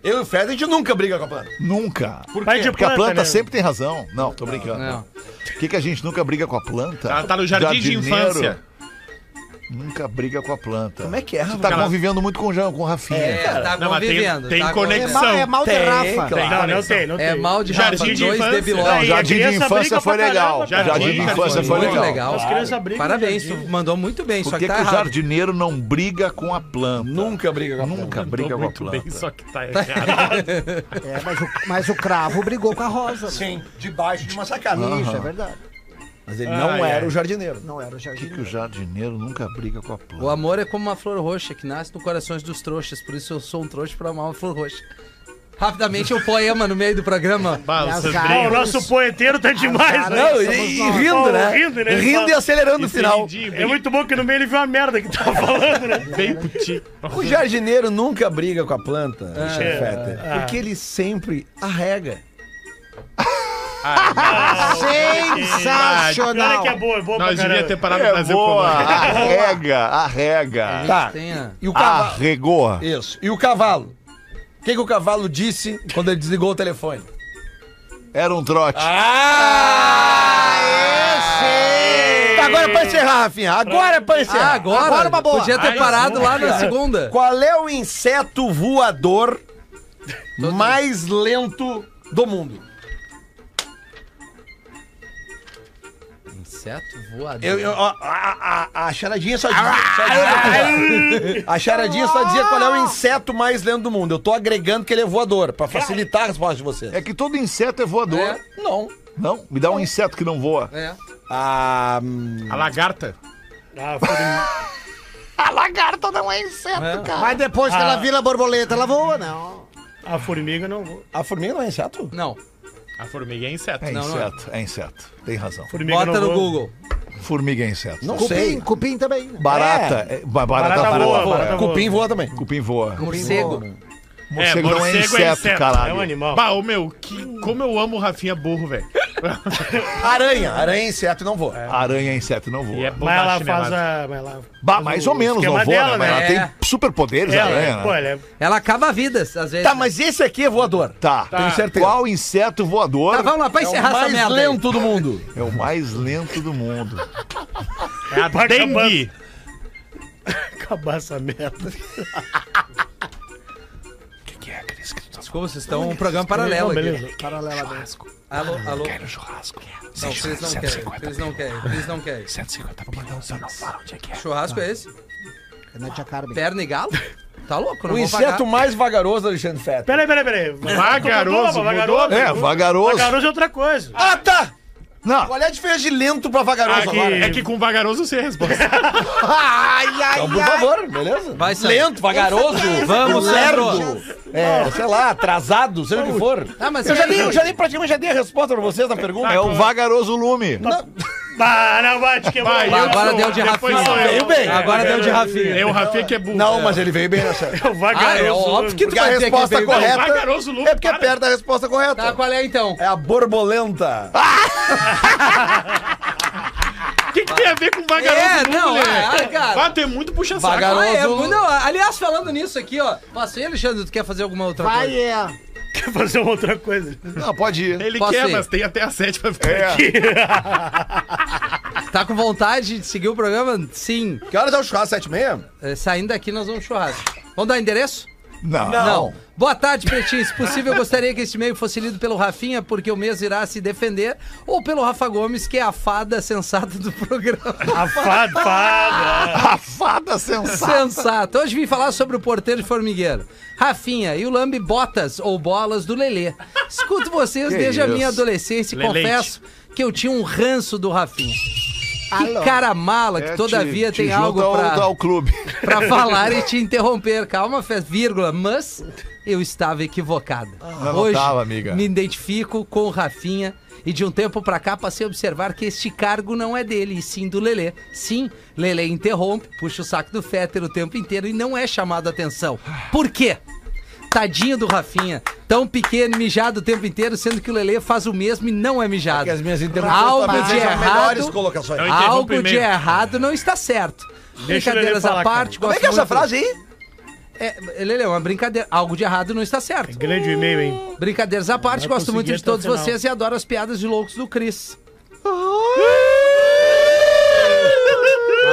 [SPEAKER 5] Eu e o Fred, a gente nunca briga com a planta.
[SPEAKER 4] Nunca.
[SPEAKER 10] por
[SPEAKER 3] Vai
[SPEAKER 10] quê?
[SPEAKER 3] de
[SPEAKER 4] Porque a planta
[SPEAKER 3] né?
[SPEAKER 4] sempre tem razão. Não, tô brincando.
[SPEAKER 6] Não.
[SPEAKER 4] Por que, que a gente nunca briga com a planta?
[SPEAKER 10] Ela tá no jardim de
[SPEAKER 4] Jardineiro
[SPEAKER 10] infância.
[SPEAKER 4] Nunca briga com a planta.
[SPEAKER 5] Como é que é?
[SPEAKER 4] Tu tá
[SPEAKER 10] Cara-
[SPEAKER 4] convivendo muito com o Jean, com o Rafinha.
[SPEAKER 6] É, tá
[SPEAKER 10] Não, mas tem-
[SPEAKER 6] convivendo.
[SPEAKER 10] tem
[SPEAKER 6] tá
[SPEAKER 7] É
[SPEAKER 10] conexão.
[SPEAKER 7] mal, é mal de
[SPEAKER 5] Tem,
[SPEAKER 7] Rafa.
[SPEAKER 3] Não, não
[SPEAKER 5] claro.
[SPEAKER 3] tem, não
[SPEAKER 6] convivendo.
[SPEAKER 3] tem.
[SPEAKER 6] É mal de
[SPEAKER 10] Jardim
[SPEAKER 6] Rafa,
[SPEAKER 10] de
[SPEAKER 6] dois
[SPEAKER 10] infância.
[SPEAKER 6] debilóides.
[SPEAKER 3] Aí, a
[SPEAKER 4] jardim de
[SPEAKER 3] criança
[SPEAKER 4] infância
[SPEAKER 3] briga
[SPEAKER 4] foi
[SPEAKER 3] pra
[SPEAKER 4] legal.
[SPEAKER 3] caramba, cara.
[SPEAKER 4] Jardim de
[SPEAKER 10] Muito
[SPEAKER 4] infância foi
[SPEAKER 6] Muito
[SPEAKER 4] legal.
[SPEAKER 6] é legal.
[SPEAKER 3] As crianças brigam no
[SPEAKER 6] Parabéns, tu
[SPEAKER 3] jardim.
[SPEAKER 6] mandou muito bem, só
[SPEAKER 4] Por
[SPEAKER 6] que
[SPEAKER 4] que,
[SPEAKER 6] tá
[SPEAKER 4] que o
[SPEAKER 6] errado.
[SPEAKER 4] jardineiro não briga com a planta?
[SPEAKER 5] Nunca briga com a planta.
[SPEAKER 4] Nunca briga
[SPEAKER 10] Tô
[SPEAKER 4] com a
[SPEAKER 10] muito bem,
[SPEAKER 4] planta.
[SPEAKER 10] só que tá errado.
[SPEAKER 7] É, mas, o, mas o cravo brigou com a rosa. Sim.
[SPEAKER 5] debaixo de uma sacada.
[SPEAKER 7] Isso, é verdade.
[SPEAKER 5] Mas ele não
[SPEAKER 10] Ai,
[SPEAKER 5] era
[SPEAKER 10] ai.
[SPEAKER 5] o jardineiro.
[SPEAKER 7] Não era o
[SPEAKER 4] Por que,
[SPEAKER 7] jardim.
[SPEAKER 4] que o jardineiro nunca briga com a planta?
[SPEAKER 6] O amor é como uma flor roxa que nasce no corações dos trouxas, por isso eu sou um trouxa por amar uma flor roxa. rapidamente o poema no meio do programa.
[SPEAKER 10] Bah,
[SPEAKER 7] Aliás,
[SPEAKER 10] o
[SPEAKER 7] cara,
[SPEAKER 10] Sandrinho.
[SPEAKER 3] o nosso poeteiro
[SPEAKER 10] Ah,
[SPEAKER 3] tá demais, né?
[SPEAKER 5] Ah, Não, e,
[SPEAKER 7] somos
[SPEAKER 5] e
[SPEAKER 7] nós.
[SPEAKER 5] rindo, né?
[SPEAKER 3] Rindo, né? Ele
[SPEAKER 5] Rindo
[SPEAKER 3] fala-
[SPEAKER 5] e acelerando o final.
[SPEAKER 10] Entendi,
[SPEAKER 3] É muito bom que no meio ele viu a merda que tava falando, né?
[SPEAKER 10] Bem puti.
[SPEAKER 5] O jardineiro nunca briga com a planta, Richard
[SPEAKER 3] É.
[SPEAKER 5] Fetter,
[SPEAKER 3] Ah.
[SPEAKER 5] porque ele sempre arrega.
[SPEAKER 3] Olha
[SPEAKER 7] Sensacional!
[SPEAKER 3] que é boa, é boa pra
[SPEAKER 10] Nós devíamos ter
[SPEAKER 3] caramba.
[SPEAKER 10] parado de
[SPEAKER 4] É
[SPEAKER 10] trazer o
[SPEAKER 4] boa,
[SPEAKER 10] Comando.
[SPEAKER 4] arrega, arrega.
[SPEAKER 11] Tá.
[SPEAKER 6] Tem a-
[SPEAKER 11] E o
[SPEAKER 5] Ah.
[SPEAKER 11] cavalo.
[SPEAKER 4] Arregou.
[SPEAKER 11] Isso. E o cavalo?
[SPEAKER 5] O que, que o cavalo disse quando ele desligou o telefone?
[SPEAKER 4] Era um trote.
[SPEAKER 5] Tá, agora pra encerrar, Rafinha. Agora é pra encerrar.
[SPEAKER 6] Ah, agora?
[SPEAKER 5] Agora é uma boa.
[SPEAKER 6] Podia ter
[SPEAKER 10] Ai,
[SPEAKER 6] parado lá na
[SPEAKER 5] cara.
[SPEAKER 6] segunda.
[SPEAKER 5] Qual é o inseto voador mais lento do mundo?
[SPEAKER 6] Inseto voador.
[SPEAKER 11] Eu, eu- ó, a, a- a charadinha só dizia. só dizia- a charadinha só dizia qual é o inseto mais lento do mundo. Eu tô agregando que ele é voador, pra facilitar a resposta de vocês.
[SPEAKER 4] É que todo inseto é voador.
[SPEAKER 6] É, não.
[SPEAKER 4] Não, me dá um inseto que não voa.
[SPEAKER 6] É.
[SPEAKER 11] Ah,
[SPEAKER 5] hum.
[SPEAKER 10] A lagarta.
[SPEAKER 3] Ah, foi-
[SPEAKER 4] A lagarta não é inseto, cara.
[SPEAKER 7] Mas depois que
[SPEAKER 11] Ah.
[SPEAKER 7] ela vira a borboleta, ela voa, não.
[SPEAKER 3] A formiga não voa.
[SPEAKER 11] a formiga não é inseto?
[SPEAKER 6] Não.
[SPEAKER 10] A formiga é inseto.
[SPEAKER 4] É
[SPEAKER 6] Não, não é.
[SPEAKER 4] inseto, é inseto. Tem razão.
[SPEAKER 3] Formiga
[SPEAKER 6] Bota
[SPEAKER 3] não
[SPEAKER 6] no
[SPEAKER 3] voa.
[SPEAKER 6] Google.
[SPEAKER 4] Formiga é inseto.
[SPEAKER 11] Não
[SPEAKER 7] Cupim,
[SPEAKER 11] sei.
[SPEAKER 7] cupim também. né?
[SPEAKER 4] Barata, é, ba- barata,
[SPEAKER 3] Barata
[SPEAKER 4] voa. É.
[SPEAKER 3] voa, barata voa.
[SPEAKER 11] Cupim voa também.
[SPEAKER 4] Cupim voa.
[SPEAKER 6] É, Morcego.
[SPEAKER 4] Morcego não é inseto, caralho.
[SPEAKER 3] É um animal.
[SPEAKER 10] um Bah, ô meu, que, como eu amo o Rafinha burro, velho.
[SPEAKER 11] Aranha. Aranha é inseto e não voa.
[SPEAKER 4] Aranha é inseto, não voa.
[SPEAKER 10] E é bom
[SPEAKER 3] Mas
[SPEAKER 10] dar
[SPEAKER 3] ela
[SPEAKER 10] chinelada.
[SPEAKER 3] faz a. Mas ela,
[SPEAKER 4] Bah, mais ou menos, não
[SPEAKER 3] esquema
[SPEAKER 4] voa, né?
[SPEAKER 3] dela,
[SPEAKER 4] Mas
[SPEAKER 3] né?
[SPEAKER 4] ela
[SPEAKER 6] É.
[SPEAKER 4] tem superpoderes, a
[SPEAKER 3] ela,
[SPEAKER 4] aranha,
[SPEAKER 3] pô,
[SPEAKER 4] né?
[SPEAKER 3] ela é.
[SPEAKER 6] Ela acaba vidas, às vezes. né?
[SPEAKER 11] Tá, mas esse aqui é voador.
[SPEAKER 4] Tá,
[SPEAKER 11] Tenho certeza.
[SPEAKER 4] qual inseto voador
[SPEAKER 6] Tá, vamos lá, pra
[SPEAKER 11] É o
[SPEAKER 6] encerrar essa
[SPEAKER 11] mais
[SPEAKER 6] merda. aí.
[SPEAKER 11] lento do mundo.
[SPEAKER 4] é o mais lento do mundo?
[SPEAKER 10] É a dengue.
[SPEAKER 3] Acabar essa merda.
[SPEAKER 6] Como vocês estão um programa
[SPEAKER 3] Não,
[SPEAKER 6] paralelo aqui.
[SPEAKER 3] beleza.
[SPEAKER 6] Alô, alô. Quero churrasco. Não, vocês não querem. Vocês não querem. Vocês não querem.
[SPEAKER 4] 150 bilhões, eu não falo onde é que é.
[SPEAKER 6] Churrasco é esse?
[SPEAKER 7] Natia Carmen.
[SPEAKER 6] Perna e galo? Tá louco? Não
[SPEAKER 11] O
[SPEAKER 6] vou
[SPEAKER 11] inseto
[SPEAKER 6] pagar.
[SPEAKER 11] mais vagaroso do Alexandre Fetter.
[SPEAKER 3] Peraí, peraí, peraí.
[SPEAKER 10] Vagaroso,
[SPEAKER 3] Toma,
[SPEAKER 10] mudou?
[SPEAKER 3] vagaroso.
[SPEAKER 4] É, vagaroso.
[SPEAKER 3] Vagaroso é outra coisa.
[SPEAKER 11] Ah, tá!
[SPEAKER 4] Não,
[SPEAKER 11] Qual é a diferença de lento pra vagaroso
[SPEAKER 3] Aqui.
[SPEAKER 11] agora?
[SPEAKER 10] É que com vagaroso eu sei a resposta.
[SPEAKER 11] Então, por favor, beleza?
[SPEAKER 6] Vai, Sandro.
[SPEAKER 11] Lento, vagaroso,
[SPEAKER 6] Vamos, Sandro.
[SPEAKER 11] lerdo, é, sei lá, atrasado, seja o que for.
[SPEAKER 6] Ah, mas
[SPEAKER 11] eu já
[SPEAKER 6] é-
[SPEAKER 11] dei, eu já dei, praticamente já dei a resposta pra vocês na pergunta.
[SPEAKER 4] é o vagaroso lume.
[SPEAKER 3] Bah, não vai te quebrar.
[SPEAKER 10] Vai,
[SPEAKER 6] agora
[SPEAKER 10] Eu
[SPEAKER 6] deu de
[SPEAKER 10] sou- depois
[SPEAKER 6] Rafinha.
[SPEAKER 10] sou eu.
[SPEAKER 6] Veio bem. Agora deu de Rafinha.
[SPEAKER 10] É o Rafinha que é burro.
[SPEAKER 11] Não, mas ele veio bem né, nessa.
[SPEAKER 3] O
[SPEAKER 6] Ah,
[SPEAKER 3] vagaroso.
[SPEAKER 6] é óbvio que tu
[SPEAKER 11] Porque a
[SPEAKER 6] vai dizer que
[SPEAKER 11] resposta
[SPEAKER 6] veio bem.
[SPEAKER 11] correta-
[SPEAKER 10] Vagaroso louco.
[SPEAKER 11] É porque é perto da resposta correta.
[SPEAKER 6] Tá, qual é então?
[SPEAKER 11] É a borbolenta.
[SPEAKER 10] O que, que tem a ver com vagaroso?
[SPEAKER 6] É,
[SPEAKER 10] nu,
[SPEAKER 6] não,
[SPEAKER 10] moleque?
[SPEAKER 6] é, cara.
[SPEAKER 10] Bah, tem muito puxa-saco.
[SPEAKER 11] Vagaroso.
[SPEAKER 6] Ah, é, não, aliás, falando nisso aqui, ó. Passa aí, Alexandre, tu quer fazer alguma outra
[SPEAKER 7] Vai,
[SPEAKER 6] coisa?
[SPEAKER 7] é.
[SPEAKER 3] Quer fazer uma outra coisa.
[SPEAKER 4] Não, pode ir.
[SPEAKER 10] Ele
[SPEAKER 6] Posso
[SPEAKER 10] quer,
[SPEAKER 6] ir?
[SPEAKER 10] mas tem até a sete pra ficar
[SPEAKER 4] É.
[SPEAKER 10] aqui.
[SPEAKER 6] Tá com vontade de seguir o programa? Sim.
[SPEAKER 11] Que horas é o churrasco? Sete e meia?
[SPEAKER 6] É, saindo daqui, nós vamos churrasco. Vamos dar endereço?
[SPEAKER 4] Não.
[SPEAKER 6] Não. Boa tarde, Pretinho. Se possível, eu gostaria que este e-mail fosse lido pelo Rafinha, porque o mesmo irá se defender, ou pelo Rafa Gomes, que é a fada sensata do programa.
[SPEAKER 3] Afado, fada.
[SPEAKER 4] A fada sensata.
[SPEAKER 6] Sensato. Hoje vim falar sobre o porteiro de formigueiro. Rafinha e o lambe botas ou bolas do Lelê. Escuto vocês
[SPEAKER 4] Que
[SPEAKER 6] desde a minha
[SPEAKER 4] isso.
[SPEAKER 6] adolescência e
[SPEAKER 10] Leleite.
[SPEAKER 6] confesso que eu tinha um ranço do Rafinha. Que
[SPEAKER 7] Alô.
[SPEAKER 6] cara mala que
[SPEAKER 4] É,
[SPEAKER 6] todavia
[SPEAKER 4] te- te
[SPEAKER 6] tem
[SPEAKER 4] junta
[SPEAKER 6] algo
[SPEAKER 4] ao,
[SPEAKER 6] pra...
[SPEAKER 4] ao clube.
[SPEAKER 6] Pra falar e te interromper. Calma, Fê, vírgula, mas eu estava equivocada.
[SPEAKER 4] não
[SPEAKER 6] Hoje
[SPEAKER 4] tava, amiga.
[SPEAKER 6] me identifico com o Rafinha e de um tempo pra cá passei a observar que este cargo não é dele, e sim do Lelê. Sim, Lelê interrompe, puxa o saco do Féter o tempo inteiro e não é chamado a atenção. Por quê? Tadinho do Rafinha, tão pequeno, mijado o tempo inteiro, sendo que o Lelê faz o mesmo e não é mijado.
[SPEAKER 11] Que as minhas interrupções
[SPEAKER 6] Algo
[SPEAKER 11] talvez
[SPEAKER 6] de
[SPEAKER 11] sejam melhores
[SPEAKER 6] errado,
[SPEAKER 11] colocações.
[SPEAKER 10] Eu interrompo
[SPEAKER 6] algo de
[SPEAKER 10] primeiro.
[SPEAKER 6] errado não está certo.
[SPEAKER 3] Deixa o Lelê
[SPEAKER 6] Brincadeiras à
[SPEAKER 3] falar,
[SPEAKER 6] parte,
[SPEAKER 11] Como é
[SPEAKER 6] gosto
[SPEAKER 11] que é essa
[SPEAKER 6] muito-
[SPEAKER 11] frase aí?
[SPEAKER 6] é, Lele, é uma brincadeira. Algo de errado não está certo.
[SPEAKER 3] Grande e-mail, hein?
[SPEAKER 6] Brincadeiras à parte,
[SPEAKER 3] Vai
[SPEAKER 6] gosto muito
[SPEAKER 3] conseguir
[SPEAKER 6] de
[SPEAKER 3] até o
[SPEAKER 6] todos
[SPEAKER 3] final.
[SPEAKER 6] vocês e adoro as piadas de loucos do Cris.
[SPEAKER 11] Ah!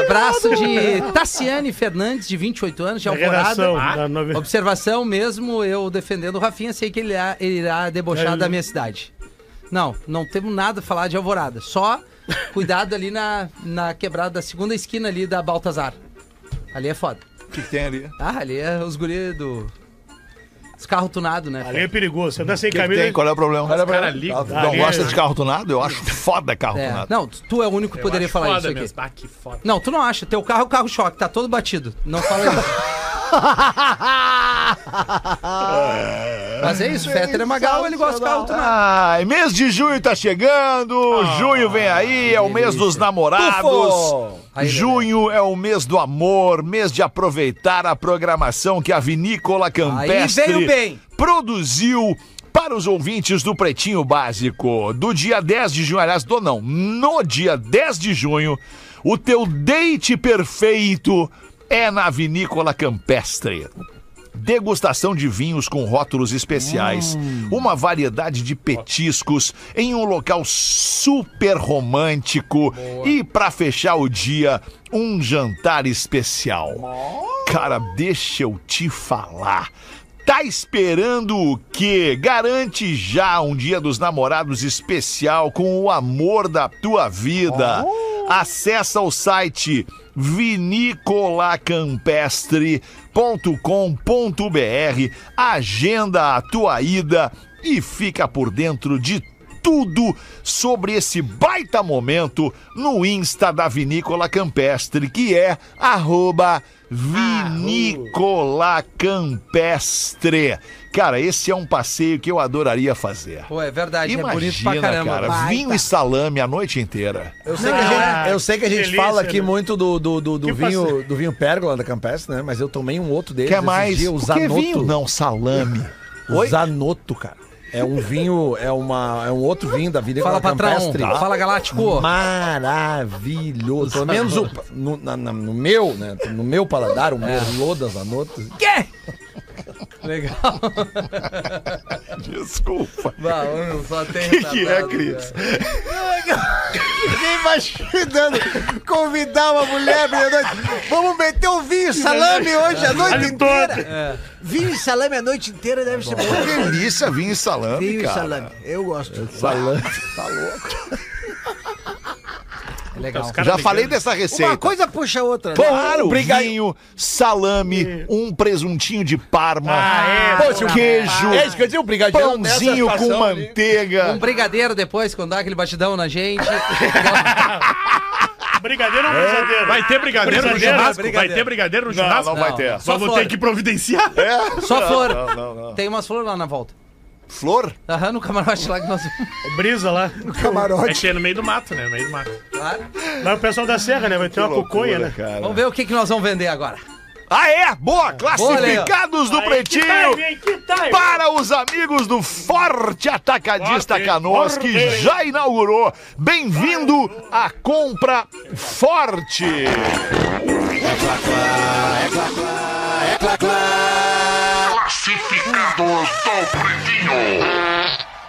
[SPEAKER 6] Abraço de Tassiane Fernandes, de 28 anos, de
[SPEAKER 3] Da
[SPEAKER 6] Alvorada.
[SPEAKER 3] redação.
[SPEAKER 10] Ah.
[SPEAKER 3] da nove-
[SPEAKER 6] Observação mesmo, eu defendendo o Rafinha, sei que ele irá, ele irá debochar
[SPEAKER 3] É,
[SPEAKER 6] da
[SPEAKER 3] ele-
[SPEAKER 6] minha cidade. Não, não temos nada a falar de Alvorada. Só cuidado ali na, na quebrada da segunda esquina ali da Baltazar. Ali é foda.
[SPEAKER 4] O que que tem ali?
[SPEAKER 6] Ah, ali é os guri do. Os carros tunados, né?
[SPEAKER 3] Ali é perigoso. Você tá sem
[SPEAKER 4] O que que tem?
[SPEAKER 3] camisa.
[SPEAKER 4] Qual é o problema? Tá,
[SPEAKER 10] Cara, ali.
[SPEAKER 4] Não
[SPEAKER 3] Ali
[SPEAKER 4] gosta
[SPEAKER 3] é-
[SPEAKER 4] de carro tunado? Eu acho foda carro
[SPEAKER 6] É.
[SPEAKER 4] tunado.
[SPEAKER 6] Não, tu tu é o único que poderia falar isso aqui.
[SPEAKER 10] Ah, que foda.
[SPEAKER 6] Não, tu não acha. Teu carro é o carro choque, tá todo batido. Não fala isso. Mas é isso, Fetter é magal, ele gosta de carro tunado.
[SPEAKER 4] Ai, mês de junho tá chegando,
[SPEAKER 6] Ah,
[SPEAKER 4] junho vem aí, é o mês dos namorados.
[SPEAKER 6] Tufo! Aí,
[SPEAKER 4] junho é o mês do amor, mês de aproveitar a programação que a Vinícola Campestre
[SPEAKER 6] veio bem.
[SPEAKER 4] produziu para os ouvintes do Pretinho Básico. Do dia 10 de junho, aliás, do não, no dia 10 de junho, o teu date perfeito é na Vinícola Campestre. Degustação de vinhos com rótulos especiais, uma variedade de petiscos em um local super romântico e para fechar o dia, um jantar especial. Cara, deixa eu te falar. Tá esperando o quê? Garante já um Dia dos Namorados especial com o amor da tua vida. Acessa o site vinicolacampestre.com.br, agenda a tua ida e fica por dentro de tudo sobre esse baita momento no Insta da Vinícola Campestre, que é arroba Vinícola Campestre. Cara, esse é um passeio que eu adoraria fazer.
[SPEAKER 6] Pô, é verdade, é bonito pra
[SPEAKER 4] Imagina,
[SPEAKER 6] caramba.
[SPEAKER 4] cara,
[SPEAKER 6] Vai,
[SPEAKER 4] vinho
[SPEAKER 6] tá.
[SPEAKER 4] e salame a noite inteira.
[SPEAKER 11] Eu sei, que a gente, eu sei que a gente
[SPEAKER 3] delícia,
[SPEAKER 11] fala aqui
[SPEAKER 3] né?
[SPEAKER 11] muito do, do, do, do
[SPEAKER 3] Que
[SPEAKER 11] vinho,
[SPEAKER 3] passe-
[SPEAKER 11] do vinho Pérgola da Campestre, né? Mas eu tomei um outro deles.
[SPEAKER 4] Quer
[SPEAKER 11] esses
[SPEAKER 4] mais?
[SPEAKER 11] dias, o
[SPEAKER 4] Por que é
[SPEAKER 7] é
[SPEAKER 11] Zanotto.
[SPEAKER 4] vinho? Não, salame.
[SPEAKER 11] O Zanotto, cara. É um vinho, é, uma, é um outro vinho da vida
[SPEAKER 6] Fala, patrão.
[SPEAKER 11] Campestre.
[SPEAKER 6] Fala,
[SPEAKER 4] Uhum.
[SPEAKER 6] galáctico.
[SPEAKER 11] Maravilhoso. Pelo menos o- no, na- na- no meu, né? No meu paladar, o merlot das anotas.
[SPEAKER 6] Quê? Legal.
[SPEAKER 4] Desculpa.
[SPEAKER 6] Bah, eu só tenho
[SPEAKER 4] O que, que é,
[SPEAKER 6] retardado,
[SPEAKER 4] Cris?
[SPEAKER 6] cara.
[SPEAKER 7] Fiquei imaginando convidar uma mulher, meia-noite. Vamos meter um vinho e salame hoje a noite então.
[SPEAKER 3] Vale
[SPEAKER 7] inteira.
[SPEAKER 3] todo.
[SPEAKER 7] Vinho e salame a noite inteira deve ser bom.
[SPEAKER 4] Delícia, vinho e salame,
[SPEAKER 7] Vinho e
[SPEAKER 4] cara.
[SPEAKER 7] salame. Eu gosto.
[SPEAKER 6] É Legal.
[SPEAKER 4] Já falei dessa
[SPEAKER 7] Uma
[SPEAKER 4] receita.
[SPEAKER 7] coisa puxa a outra. né?
[SPEAKER 4] Claro, um vinho, salame, um presuntinho de parma,
[SPEAKER 3] Ah,
[SPEAKER 4] um queijo,
[SPEAKER 11] É isso que eu dizia, o brigadeiro
[SPEAKER 4] pãozinho
[SPEAKER 11] nessa
[SPEAKER 4] com
[SPEAKER 11] situação ali.
[SPEAKER 4] manteiga.
[SPEAKER 6] Um brigadeiro depois, quando dá aquele batidão na gente.
[SPEAKER 3] Brigadeiro ou brisadeiro?
[SPEAKER 10] Vai ter brigadeiro no
[SPEAKER 3] Brigadeiro,
[SPEAKER 10] churrasco?
[SPEAKER 6] brigadeiro.
[SPEAKER 10] Vai ter brigadeiro no churrasco?
[SPEAKER 6] vai ter. Só
[SPEAKER 10] Vamos
[SPEAKER 6] flor.
[SPEAKER 10] ter que providenciar.
[SPEAKER 4] Um É?
[SPEAKER 6] Só flor.
[SPEAKER 4] Não, não, não.
[SPEAKER 6] Tem umas flores lá na volta.
[SPEAKER 4] Flor?
[SPEAKER 6] Aham, no camarote lá que nós
[SPEAKER 3] Brisa lá.
[SPEAKER 10] É que é no meio do mato, né? No meio do mato.
[SPEAKER 6] Claro.
[SPEAKER 3] Mas o pessoal da Serra, né? Vai ter uma
[SPEAKER 4] Loucura,
[SPEAKER 3] coconha, né?
[SPEAKER 4] cara.
[SPEAKER 6] Vamos ver o que, que nós vamos vender agora.
[SPEAKER 4] Ah, é? Boa! Classificados do
[SPEAKER 3] Aí que tá,
[SPEAKER 4] Pretinho!
[SPEAKER 3] aí que tá, aí.
[SPEAKER 4] Para os amigos do Forte Atacadista
[SPEAKER 3] Forte,
[SPEAKER 4] Canoas,
[SPEAKER 3] forte.
[SPEAKER 4] que já inaugurou. Bem-vindo à compra forte.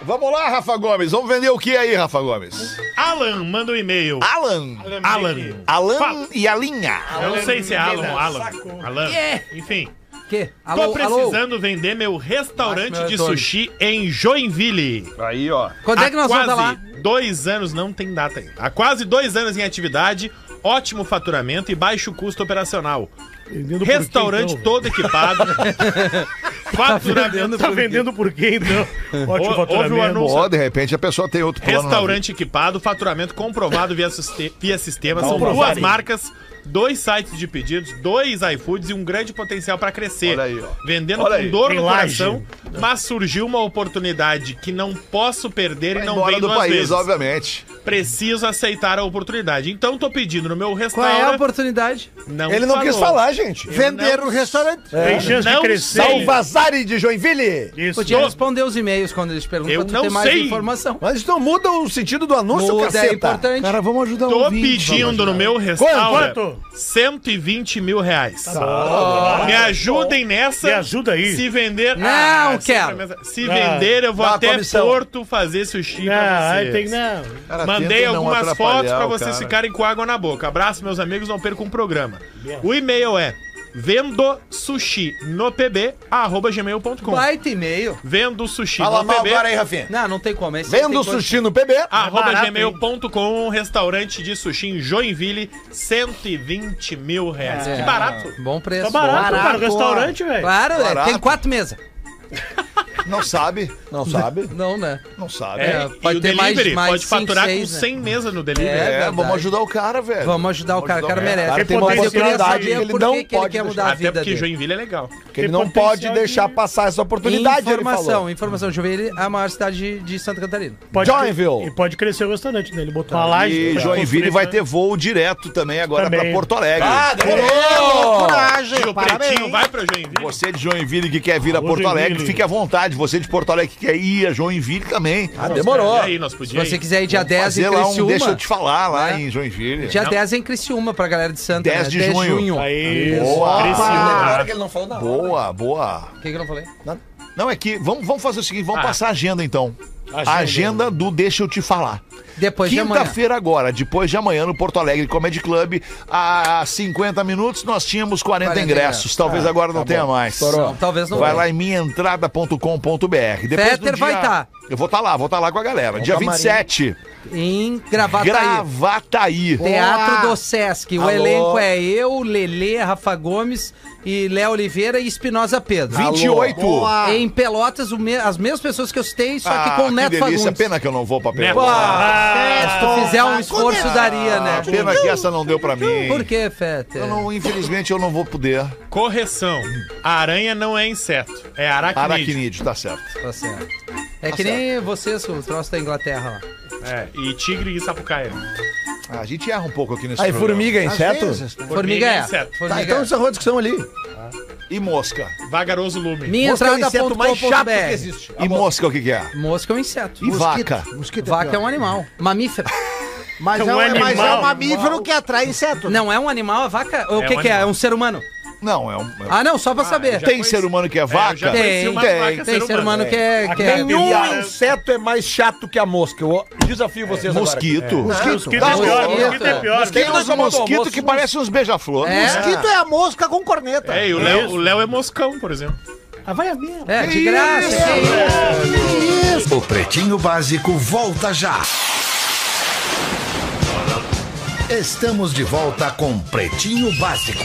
[SPEAKER 4] Vamos lá, Rafa Gomes. Vamos vender o que aí, Rafa Gomes?
[SPEAKER 10] Alan, manda um e-mail.
[SPEAKER 4] Alan.
[SPEAKER 10] Alan.
[SPEAKER 4] Alan
[SPEAKER 10] Fala.
[SPEAKER 4] e a linha.
[SPEAKER 10] Eu não sei se é Alan ou Alan. Alan. Enfim.
[SPEAKER 6] Que?
[SPEAKER 10] Tô precisando vender meu restaurante
[SPEAKER 6] Máximo
[SPEAKER 10] de
[SPEAKER 6] retorno.
[SPEAKER 10] sushi em Joinville.
[SPEAKER 4] Aí, ó.
[SPEAKER 6] Quando é que nós
[SPEAKER 10] Há
[SPEAKER 6] vamos dar lá?
[SPEAKER 10] Ah, quase dois anos, não tem data ainda. Há quase dois anos em atividade, ótimo faturamento e baixo custo operacional.
[SPEAKER 3] Vendendo por quê,
[SPEAKER 10] Restaurante
[SPEAKER 3] então?
[SPEAKER 10] todo equipado. faturamento.
[SPEAKER 3] Tá vendendo por quê, então? Ótimo
[SPEAKER 10] Houve o
[SPEAKER 3] faturamento.
[SPEAKER 10] anúncio.
[SPEAKER 4] Ó, de repente a pessoa tem outro plano. na vida.
[SPEAKER 10] Restaurante equipado, faturamento comprovado via, siste- via sistema. São
[SPEAKER 3] provar
[SPEAKER 10] duas
[SPEAKER 3] aí.
[SPEAKER 10] marcas, dois sites de pedidos, dois iFoods e um grande potencial para crescer.
[SPEAKER 4] Olha aí, ó.
[SPEAKER 10] Vendendo
[SPEAKER 4] Olha
[SPEAKER 10] com
[SPEAKER 4] aí.
[SPEAKER 10] dor
[SPEAKER 3] Tem
[SPEAKER 10] no
[SPEAKER 3] laje.
[SPEAKER 10] coração, mas surgiu uma oportunidade que não posso perder
[SPEAKER 4] Vai
[SPEAKER 10] e não
[SPEAKER 4] embora
[SPEAKER 10] vem
[SPEAKER 4] do
[SPEAKER 10] duas
[SPEAKER 4] país,
[SPEAKER 10] vezes.
[SPEAKER 4] obviamente.
[SPEAKER 10] Preciso aceitar a oportunidade. Então tô pedindo no meu
[SPEAKER 6] Qual
[SPEAKER 10] restaurante.
[SPEAKER 6] é a oportunidade?
[SPEAKER 11] Ele não quis falar, gente. É.
[SPEAKER 7] Vender o restaurante.
[SPEAKER 3] Tem chance de
[SPEAKER 10] Não
[SPEAKER 3] crescer.
[SPEAKER 10] sei.
[SPEAKER 11] Salvazari Tá um de Joinville.
[SPEAKER 3] Isso.
[SPEAKER 6] Podia responder os e-mails quando eles perguntam
[SPEAKER 10] Eu
[SPEAKER 6] pra tu
[SPEAKER 10] não
[SPEAKER 6] ter mais
[SPEAKER 10] sei.
[SPEAKER 6] informação.
[SPEAKER 11] Mas isso não muda o sentido do anúncio,
[SPEAKER 6] Muda, é
[SPEAKER 11] caceta.
[SPEAKER 6] importante.
[SPEAKER 4] vamos ajudar
[SPEAKER 11] um
[SPEAKER 10] Tô pedindo no meu restaurante
[SPEAKER 3] Quanto?
[SPEAKER 10] 120 mil reais. Me ajudem nessa.
[SPEAKER 3] Me ajuda aí.
[SPEAKER 10] Se vender.
[SPEAKER 6] Não
[SPEAKER 10] sempre
[SPEAKER 6] quero.
[SPEAKER 10] a mesma- Se
[SPEAKER 3] Não.
[SPEAKER 10] vender, eu vou
[SPEAKER 11] Dá a
[SPEAKER 10] até
[SPEAKER 11] comissão.
[SPEAKER 10] Porto fazer sushi
[SPEAKER 3] Não,
[SPEAKER 10] pra
[SPEAKER 3] aí
[SPEAKER 10] vocês.
[SPEAKER 3] tem né? não.
[SPEAKER 11] Tá
[SPEAKER 10] Mandei algumas fotos pra vocês ficarem com água na boca. Abraço, meus amigos, não percam o programa. O e-mail é vendo sushi no pb arroba gmail.com.
[SPEAKER 6] Baita e-mail.
[SPEAKER 10] Vendo sushi
[SPEAKER 11] Fala
[SPEAKER 10] no
[SPEAKER 11] mal
[SPEAKER 10] pb
[SPEAKER 11] agora aí, Rafinha.
[SPEAKER 6] Não, não tem como. Esse
[SPEAKER 11] Vendo
[SPEAKER 6] tem
[SPEAKER 11] o
[SPEAKER 6] coisa-
[SPEAKER 11] sushi no PB.
[SPEAKER 5] É
[SPEAKER 10] arroba
[SPEAKER 3] barato,
[SPEAKER 10] gmail.com, restaurante de sushi em Joinville, 120 mil reais.
[SPEAKER 6] É.
[SPEAKER 10] Que barato.
[SPEAKER 6] Bom
[SPEAKER 3] Tá
[SPEAKER 6] preço.
[SPEAKER 3] barato,
[SPEAKER 6] Bom.
[SPEAKER 3] cara. Restaurante, velho.
[SPEAKER 6] Claro, é, tem quatro mesas.
[SPEAKER 4] Não sabe?
[SPEAKER 11] Não sabe?
[SPEAKER 6] Não, né?
[SPEAKER 4] Não sabe.
[SPEAKER 6] É, pode
[SPEAKER 10] e o
[SPEAKER 6] ter mais-
[SPEAKER 10] delivery
[SPEAKER 6] mais
[SPEAKER 10] pode
[SPEAKER 6] cinco,
[SPEAKER 10] faturar
[SPEAKER 6] seis,
[SPEAKER 10] com
[SPEAKER 6] né?
[SPEAKER 10] 100 mesas no delivery.
[SPEAKER 6] É
[SPEAKER 4] É, vamos
[SPEAKER 6] verdade.
[SPEAKER 4] ajudar o cara, velho.
[SPEAKER 6] Vamos ajudar o cara, o cara merece.
[SPEAKER 4] cara
[SPEAKER 10] É
[SPEAKER 3] tem uma
[SPEAKER 6] Mas eu queria
[SPEAKER 4] oportunidade
[SPEAKER 6] saber
[SPEAKER 4] que ele
[SPEAKER 6] por
[SPEAKER 4] não
[SPEAKER 6] que que ele
[SPEAKER 4] pode
[SPEAKER 6] quer mudar a
[SPEAKER 10] Até
[SPEAKER 6] vida
[SPEAKER 10] porque
[SPEAKER 6] dele.
[SPEAKER 10] Joinville é legal.
[SPEAKER 4] Porque ele não pode deixar passar essa oportunidade, ele falou.
[SPEAKER 6] Informação, informação. Joinville é a maior cidade de, de Santa Catarina.
[SPEAKER 3] Pode
[SPEAKER 4] Joinville.
[SPEAKER 3] E pode crescer o restaurante dele. Botou uma
[SPEAKER 10] Tá
[SPEAKER 3] laje.
[SPEAKER 4] E
[SPEAKER 3] pra
[SPEAKER 4] Joinville
[SPEAKER 3] construir,
[SPEAKER 4] vai
[SPEAKER 3] né?
[SPEAKER 4] ter voo direto também agora
[SPEAKER 3] Ah, Também.
[SPEAKER 4] pra Porto Alegre.
[SPEAKER 11] É,
[SPEAKER 10] E o Pretinho vai pra Joinville.
[SPEAKER 4] Você de Joinville que quer vir a
[SPEAKER 3] Alô,
[SPEAKER 4] Porto Alegre,
[SPEAKER 3] Joinville.
[SPEAKER 4] fique à vontade. Você de Porto Alegre que quer ir a Joinville também.
[SPEAKER 11] Ah, demorou.
[SPEAKER 10] E aí, nós
[SPEAKER 6] Se
[SPEAKER 10] podíamos.
[SPEAKER 6] você quiser ir dia 10 em
[SPEAKER 4] Fazer lá um
[SPEAKER 6] Criciúma,
[SPEAKER 4] Deixa Eu Te Falar lá
[SPEAKER 6] né?
[SPEAKER 4] em Joinville.
[SPEAKER 6] dia 10 é em Criciúma pra galera de Santa.
[SPEAKER 4] 10
[SPEAKER 6] né?
[SPEAKER 4] de junho.
[SPEAKER 3] Tá, Aí,
[SPEAKER 4] Boa.
[SPEAKER 3] Criciúma.
[SPEAKER 11] ele não falou nada.
[SPEAKER 4] Boa, boa.
[SPEAKER 6] O que, que eu não falei?
[SPEAKER 4] Não, é que vamos, vamos fazer o seguinte, vamos
[SPEAKER 10] Ah.
[SPEAKER 4] passar a agenda então. A agenda do Deixa Eu Te Falar.
[SPEAKER 6] Depois de amanhã.
[SPEAKER 4] Quinta-feira agora, depois de amanhã no Porto Alegre Comedy Club, há 50 minutos nós tínhamos 40,
[SPEAKER 6] 40
[SPEAKER 4] ingressos.
[SPEAKER 6] Ah,
[SPEAKER 4] Talvez agora
[SPEAKER 6] tá
[SPEAKER 4] não tenha mais.
[SPEAKER 6] Não, talvez não
[SPEAKER 4] Vai
[SPEAKER 6] tenha.
[SPEAKER 4] lá em minhaentrada.com.br. Depois do
[SPEAKER 6] Fetter vai tá.
[SPEAKER 4] Eu vou estar lá, vou estar lá com a galera. dia 27,
[SPEAKER 6] Em Gravataí.
[SPEAKER 4] Gravataí.
[SPEAKER 6] Teatro do Sesc. O
[SPEAKER 11] Alô.
[SPEAKER 6] elenco é eu, Lelê, Rafa Gomes e Léo Oliveira e Espinosa Pedro.
[SPEAKER 4] 28.
[SPEAKER 6] Em Pelotas, o me- as mesmas pessoas que eu citei, só que
[SPEAKER 4] Ah,
[SPEAKER 6] com o Neto
[SPEAKER 4] que delícia.
[SPEAKER 6] Fagundes.
[SPEAKER 4] Pena que eu não vou pra
[SPEAKER 10] Neto.
[SPEAKER 4] Pelotas.
[SPEAKER 6] Se tu fizer um esforço, daria, né?
[SPEAKER 4] Ah, Pena que essa não deu pra mim.
[SPEAKER 6] Por que, Fetter?
[SPEAKER 4] Eu não, infelizmente eu não vou poder.
[SPEAKER 10] Correção. A aranha não é inseto, é aracnídeo.
[SPEAKER 4] Aracnídeo, tá certo.
[SPEAKER 6] Tá certo. É que nem vocês, o troço da Inglaterra lá.
[SPEAKER 10] É, e tigre e sapucaia.
[SPEAKER 4] Ah, a gente erra um pouco aqui nesse
[SPEAKER 11] Aí,
[SPEAKER 4] programa.
[SPEAKER 11] formiga, inseto?
[SPEAKER 7] tá
[SPEAKER 6] Formiga é.
[SPEAKER 10] inseto.
[SPEAKER 6] Formiga
[SPEAKER 11] Tá, então
[SPEAKER 6] é.
[SPEAKER 11] encerrou a discussão ali.
[SPEAKER 4] E mosca.
[SPEAKER 10] Vagaroso lume.
[SPEAKER 6] Minha
[SPEAKER 11] Mosca é o inseto mais chato que
[SPEAKER 6] entrada.com.br.
[SPEAKER 11] existe.
[SPEAKER 4] E mosca o que que é?
[SPEAKER 6] Mosca é um inseto.
[SPEAKER 4] E vaca.
[SPEAKER 7] Mosquito
[SPEAKER 6] Vaca é
[SPEAKER 7] pior.
[SPEAKER 6] um animal. Mamífero.
[SPEAKER 7] Mas
[SPEAKER 3] É
[SPEAKER 7] é
[SPEAKER 3] um
[SPEAKER 7] um, mas é
[SPEAKER 3] animal.
[SPEAKER 7] um mamífero que atrai inseto.
[SPEAKER 6] Não é um animal, a vaca. O
[SPEAKER 10] É
[SPEAKER 6] que,
[SPEAKER 10] um
[SPEAKER 6] que é?
[SPEAKER 10] animal.
[SPEAKER 6] É um ser humano.
[SPEAKER 4] Não, é um... é-
[SPEAKER 6] Ah, não, só pra saber.
[SPEAKER 10] já
[SPEAKER 4] Tem
[SPEAKER 10] conheci-
[SPEAKER 4] ser humano que é
[SPEAKER 10] eu
[SPEAKER 4] vaca?
[SPEAKER 10] já conheci uma
[SPEAKER 4] Tem,
[SPEAKER 10] vaca
[SPEAKER 6] Tem ser humano que é. Que é...
[SPEAKER 11] Nenhum
[SPEAKER 3] piada.
[SPEAKER 11] um inseto é mais chato que a mosca. Eu desafio vocês agora.
[SPEAKER 4] Mosquito.
[SPEAKER 3] Mosquito é
[SPEAKER 10] Tá
[SPEAKER 3] pior.
[SPEAKER 6] mosquito.
[SPEAKER 3] Mosquito é pior.
[SPEAKER 4] Tem uns
[SPEAKER 11] incomodou,
[SPEAKER 4] mosquitos
[SPEAKER 11] mosquito.
[SPEAKER 4] que parecem uns beija-flor.
[SPEAKER 7] Mosquito é a mosca com corneta.
[SPEAKER 10] É, e o Léo, o Léo é moscão, por exemplo.
[SPEAKER 6] É, de graça. que isso.
[SPEAKER 2] O Pretinho Básico volta já. Estamos de volta com Pretinho Básico.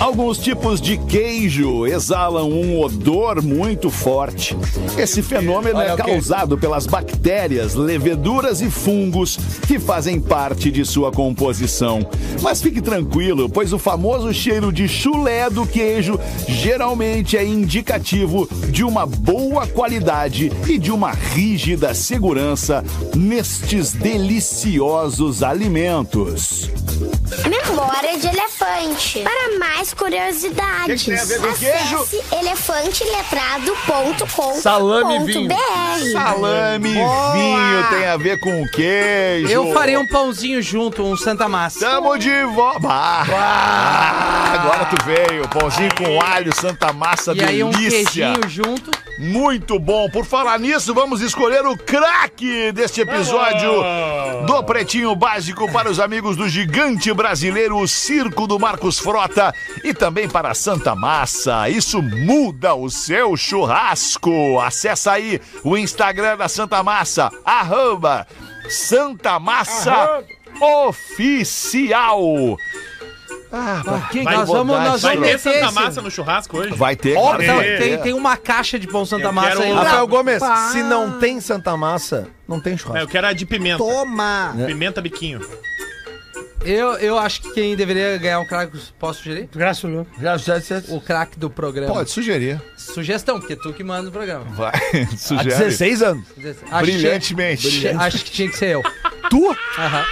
[SPEAKER 4] Alguns tipos de queijo exalam um odor muito forte. Esse fenômeno é causado pelas bactérias, leveduras e fungos que fazem parte de sua composição. Mas fique tranquilo, pois o famoso cheiro de chulé do queijo geralmente é indicativo de uma boa qualidade e de uma rígida segurança nestes deliciosos alimentos.
[SPEAKER 12] Memória de elefante. Para mais curiosidades,
[SPEAKER 4] tem a ver com
[SPEAKER 12] acesse elefanteletrado.com.br.
[SPEAKER 11] Salame vinho.
[SPEAKER 4] Salame, vinho, tem a ver com o queijo.
[SPEAKER 6] Eu faria um pãozinho junto, um Santa Massa.
[SPEAKER 4] Tamo de volta. Agora tu veio, pãozinho com alho, santa massa,
[SPEAKER 6] E aí um
[SPEAKER 4] Tá delícia.
[SPEAKER 6] queijinho junto.
[SPEAKER 4] Muito bom. Por falar nisso, vamos escolher o craque deste episódio
[SPEAKER 6] Ah.
[SPEAKER 4] do Pretinho Básico para os amigos do gigante brasileiro, o Circo do Marcos Frota e também para a Santa Massa. Isso muda o seu churrasco. Acessa aí o Instagram da Santa Massa, arroba Santa Massa Oficial.
[SPEAKER 6] Que
[SPEAKER 4] vai
[SPEAKER 6] nós vamos,
[SPEAKER 4] botar
[SPEAKER 6] nós
[SPEAKER 4] isso
[SPEAKER 10] Vai
[SPEAKER 6] vamos
[SPEAKER 10] ter
[SPEAKER 6] meter
[SPEAKER 10] Santa
[SPEAKER 6] esse.
[SPEAKER 10] Massa no churrasco hoje?
[SPEAKER 4] Vai ter,
[SPEAKER 6] Ó,
[SPEAKER 4] claro que
[SPEAKER 6] tá,
[SPEAKER 4] vai ter.
[SPEAKER 6] tem, tem uma caixa de pão Santa
[SPEAKER 10] Eu
[SPEAKER 6] Massa
[SPEAKER 10] quero
[SPEAKER 6] aí.
[SPEAKER 10] um-
[SPEAKER 11] Rafael
[SPEAKER 6] Rafael,
[SPEAKER 11] Gomes, se não tem Santa Massa, não tem
[SPEAKER 10] É, eu
[SPEAKER 11] churrasco.
[SPEAKER 10] quero a de pimenta.
[SPEAKER 7] Toma!
[SPEAKER 10] Pimenta biquinho.
[SPEAKER 6] Eu, eu acho que quem deveria ganhar um craque, posso sugerir?
[SPEAKER 3] Graças a Deus.
[SPEAKER 11] Já, já, já-
[SPEAKER 6] O craque do programa.
[SPEAKER 4] Pode sugerir.
[SPEAKER 6] Sugestão, porque tu que manda o programa.
[SPEAKER 4] Vai,
[SPEAKER 11] Há
[SPEAKER 4] sugere.
[SPEAKER 11] 16 anos.
[SPEAKER 6] Acho que-
[SPEAKER 4] Brilhantemente.
[SPEAKER 6] Acho que tinha que ser eu.
[SPEAKER 11] Tu?
[SPEAKER 6] Aham.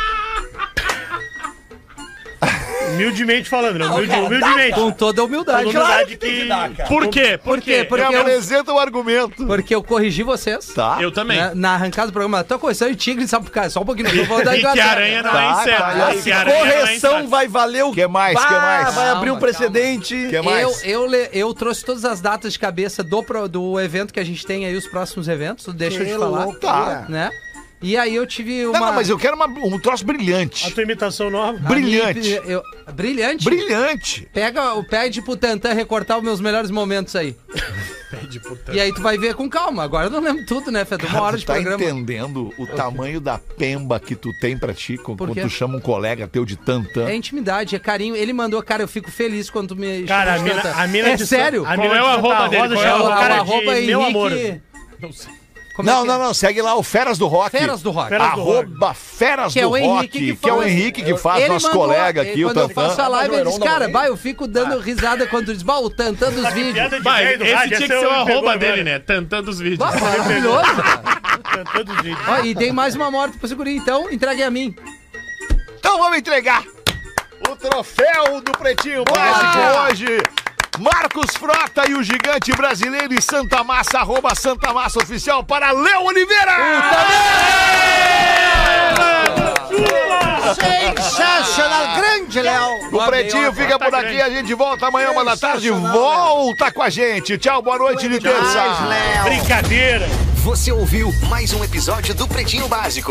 [SPEAKER 3] Humildemente falando, né? Humilde, humildemente.
[SPEAKER 6] Com toda a humildade.
[SPEAKER 3] Toda humildade que...
[SPEAKER 10] Por quê?
[SPEAKER 6] Por quê? É
[SPEAKER 10] Porque
[SPEAKER 6] Porque
[SPEAKER 4] Me
[SPEAKER 6] eu,
[SPEAKER 4] apresenta o argumento.
[SPEAKER 6] porque eu corrigi vocês.
[SPEAKER 4] Tá.
[SPEAKER 10] eu também.
[SPEAKER 6] Na, na arrancada do programa, tô começando o tigre, sabe por causa? Só um pouquinho, eu vou dar
[SPEAKER 10] E que
[SPEAKER 6] Inglaterra.
[SPEAKER 10] aranha não
[SPEAKER 4] Tá,
[SPEAKER 10] é inseto.
[SPEAKER 4] tá, tá.
[SPEAKER 10] E que aranha não é
[SPEAKER 11] Correção
[SPEAKER 10] inseto.
[SPEAKER 11] vai valer o
[SPEAKER 4] Que mais?
[SPEAKER 11] Bah,
[SPEAKER 4] Que mais?
[SPEAKER 11] Vai abrir
[SPEAKER 6] Calma,
[SPEAKER 11] um precedente.
[SPEAKER 4] Que
[SPEAKER 6] Eu,
[SPEAKER 4] mais?
[SPEAKER 6] eu, le- eu trouxe todas as datas de cabeça do, pro- do evento que a gente tem aí, os próximos eventos, deixa eu te falar.
[SPEAKER 4] Tá.
[SPEAKER 6] Né? E aí eu tive uma.
[SPEAKER 4] Não, não, mas eu quero uma- um troço
[SPEAKER 3] A
[SPEAKER 4] brilhante.
[SPEAKER 3] tua imitação nova.
[SPEAKER 6] a
[SPEAKER 4] Brilhante.
[SPEAKER 6] minha- eu- brilhante?
[SPEAKER 4] Brilhante.
[SPEAKER 6] Pega o pede pro Tantan recortar os meus melhores momentos aí.
[SPEAKER 10] Pé de puta.
[SPEAKER 6] E aí tu vai ver com calma. Agora eu não lembro tudo, né, Fed? Uma hora de
[SPEAKER 4] tu tá
[SPEAKER 6] programa.
[SPEAKER 4] entendendo o tamanho da pemba que tu tem pra ti quando
[SPEAKER 6] Por
[SPEAKER 4] quando
[SPEAKER 6] quê?
[SPEAKER 4] tu chama um colega teu de
[SPEAKER 6] É
[SPEAKER 4] tantã.
[SPEAKER 6] intimidade, é carinho. Ele mandou, cara, eu fico feliz quando tu me
[SPEAKER 3] Cara, a
[SPEAKER 6] chama de
[SPEAKER 3] mina,
[SPEAKER 6] tanta-
[SPEAKER 3] a mina
[SPEAKER 6] É
[SPEAKER 3] de Sa-
[SPEAKER 6] sério?
[SPEAKER 3] A
[SPEAKER 10] Qual
[SPEAKER 3] mina
[SPEAKER 10] é
[SPEAKER 3] de
[SPEAKER 10] o
[SPEAKER 3] Santa
[SPEAKER 10] arroba dele?
[SPEAKER 3] Rosa
[SPEAKER 10] Qual é
[SPEAKER 6] É
[SPEAKER 3] chama
[SPEAKER 6] o
[SPEAKER 3] o cara de
[SPEAKER 6] arroba
[SPEAKER 3] meu amor.
[SPEAKER 6] Henrique-
[SPEAKER 10] Não sei.
[SPEAKER 6] Como é
[SPEAKER 4] Não,
[SPEAKER 6] que
[SPEAKER 4] não,
[SPEAKER 6] é?
[SPEAKER 4] não, segue lá o Feras do Rock.
[SPEAKER 6] Feras do Rock.
[SPEAKER 3] Feras do
[SPEAKER 4] Arroba Feras
[SPEAKER 6] Que é
[SPEAKER 4] do
[SPEAKER 6] o
[SPEAKER 4] Rock,
[SPEAKER 6] Henrique
[SPEAKER 4] que,
[SPEAKER 6] que,
[SPEAKER 4] é o
[SPEAKER 6] faz.
[SPEAKER 4] Henrique que faz,
[SPEAKER 6] Ele
[SPEAKER 4] nosso
[SPEAKER 6] mandou-
[SPEAKER 4] colega aqui,
[SPEAKER 6] ele-
[SPEAKER 4] o Tá
[SPEAKER 6] Quando eu faço a
[SPEAKER 4] Tantã.
[SPEAKER 6] live, ele diz,
[SPEAKER 11] Heron da
[SPEAKER 6] cara,
[SPEAKER 11] Bahia.
[SPEAKER 6] vai, eu fico dando
[SPEAKER 4] Ah.
[SPEAKER 6] risada quando tu diz, bah, o Tantan
[SPEAKER 4] Tá
[SPEAKER 6] dos vídeos.
[SPEAKER 3] Piada de
[SPEAKER 10] Vai,
[SPEAKER 3] velho do
[SPEAKER 10] esse
[SPEAKER 3] rádio,
[SPEAKER 10] tinha que
[SPEAKER 3] essa é
[SPEAKER 10] ser o
[SPEAKER 3] eu me pegou
[SPEAKER 10] arroba dele,
[SPEAKER 3] agora.
[SPEAKER 10] né? Tantando os vídeos.
[SPEAKER 4] tá
[SPEAKER 6] Bah, maravilhoso, cara.
[SPEAKER 3] Cantando os vídeos.
[SPEAKER 6] Ó, e tem mais uma morte pro segurinho, então entregue a mim.
[SPEAKER 4] Então vamos entregar o troféu do Pretinho Básico hoje. Marcos Frota e o gigante brasileiro e Santa Massa, arroba Santa Massa Oficial para Léo Oliveira!
[SPEAKER 7] Sensacional, grande, Léo.
[SPEAKER 4] O Pretinho fica por aqui, a gente volta amanhã, uma da tarde. Volta com a gente. Tchau, boa noite de terça.
[SPEAKER 7] Léo.
[SPEAKER 3] Brincadeira.
[SPEAKER 2] Você ouviu mais um episódio do Pretinho Básico.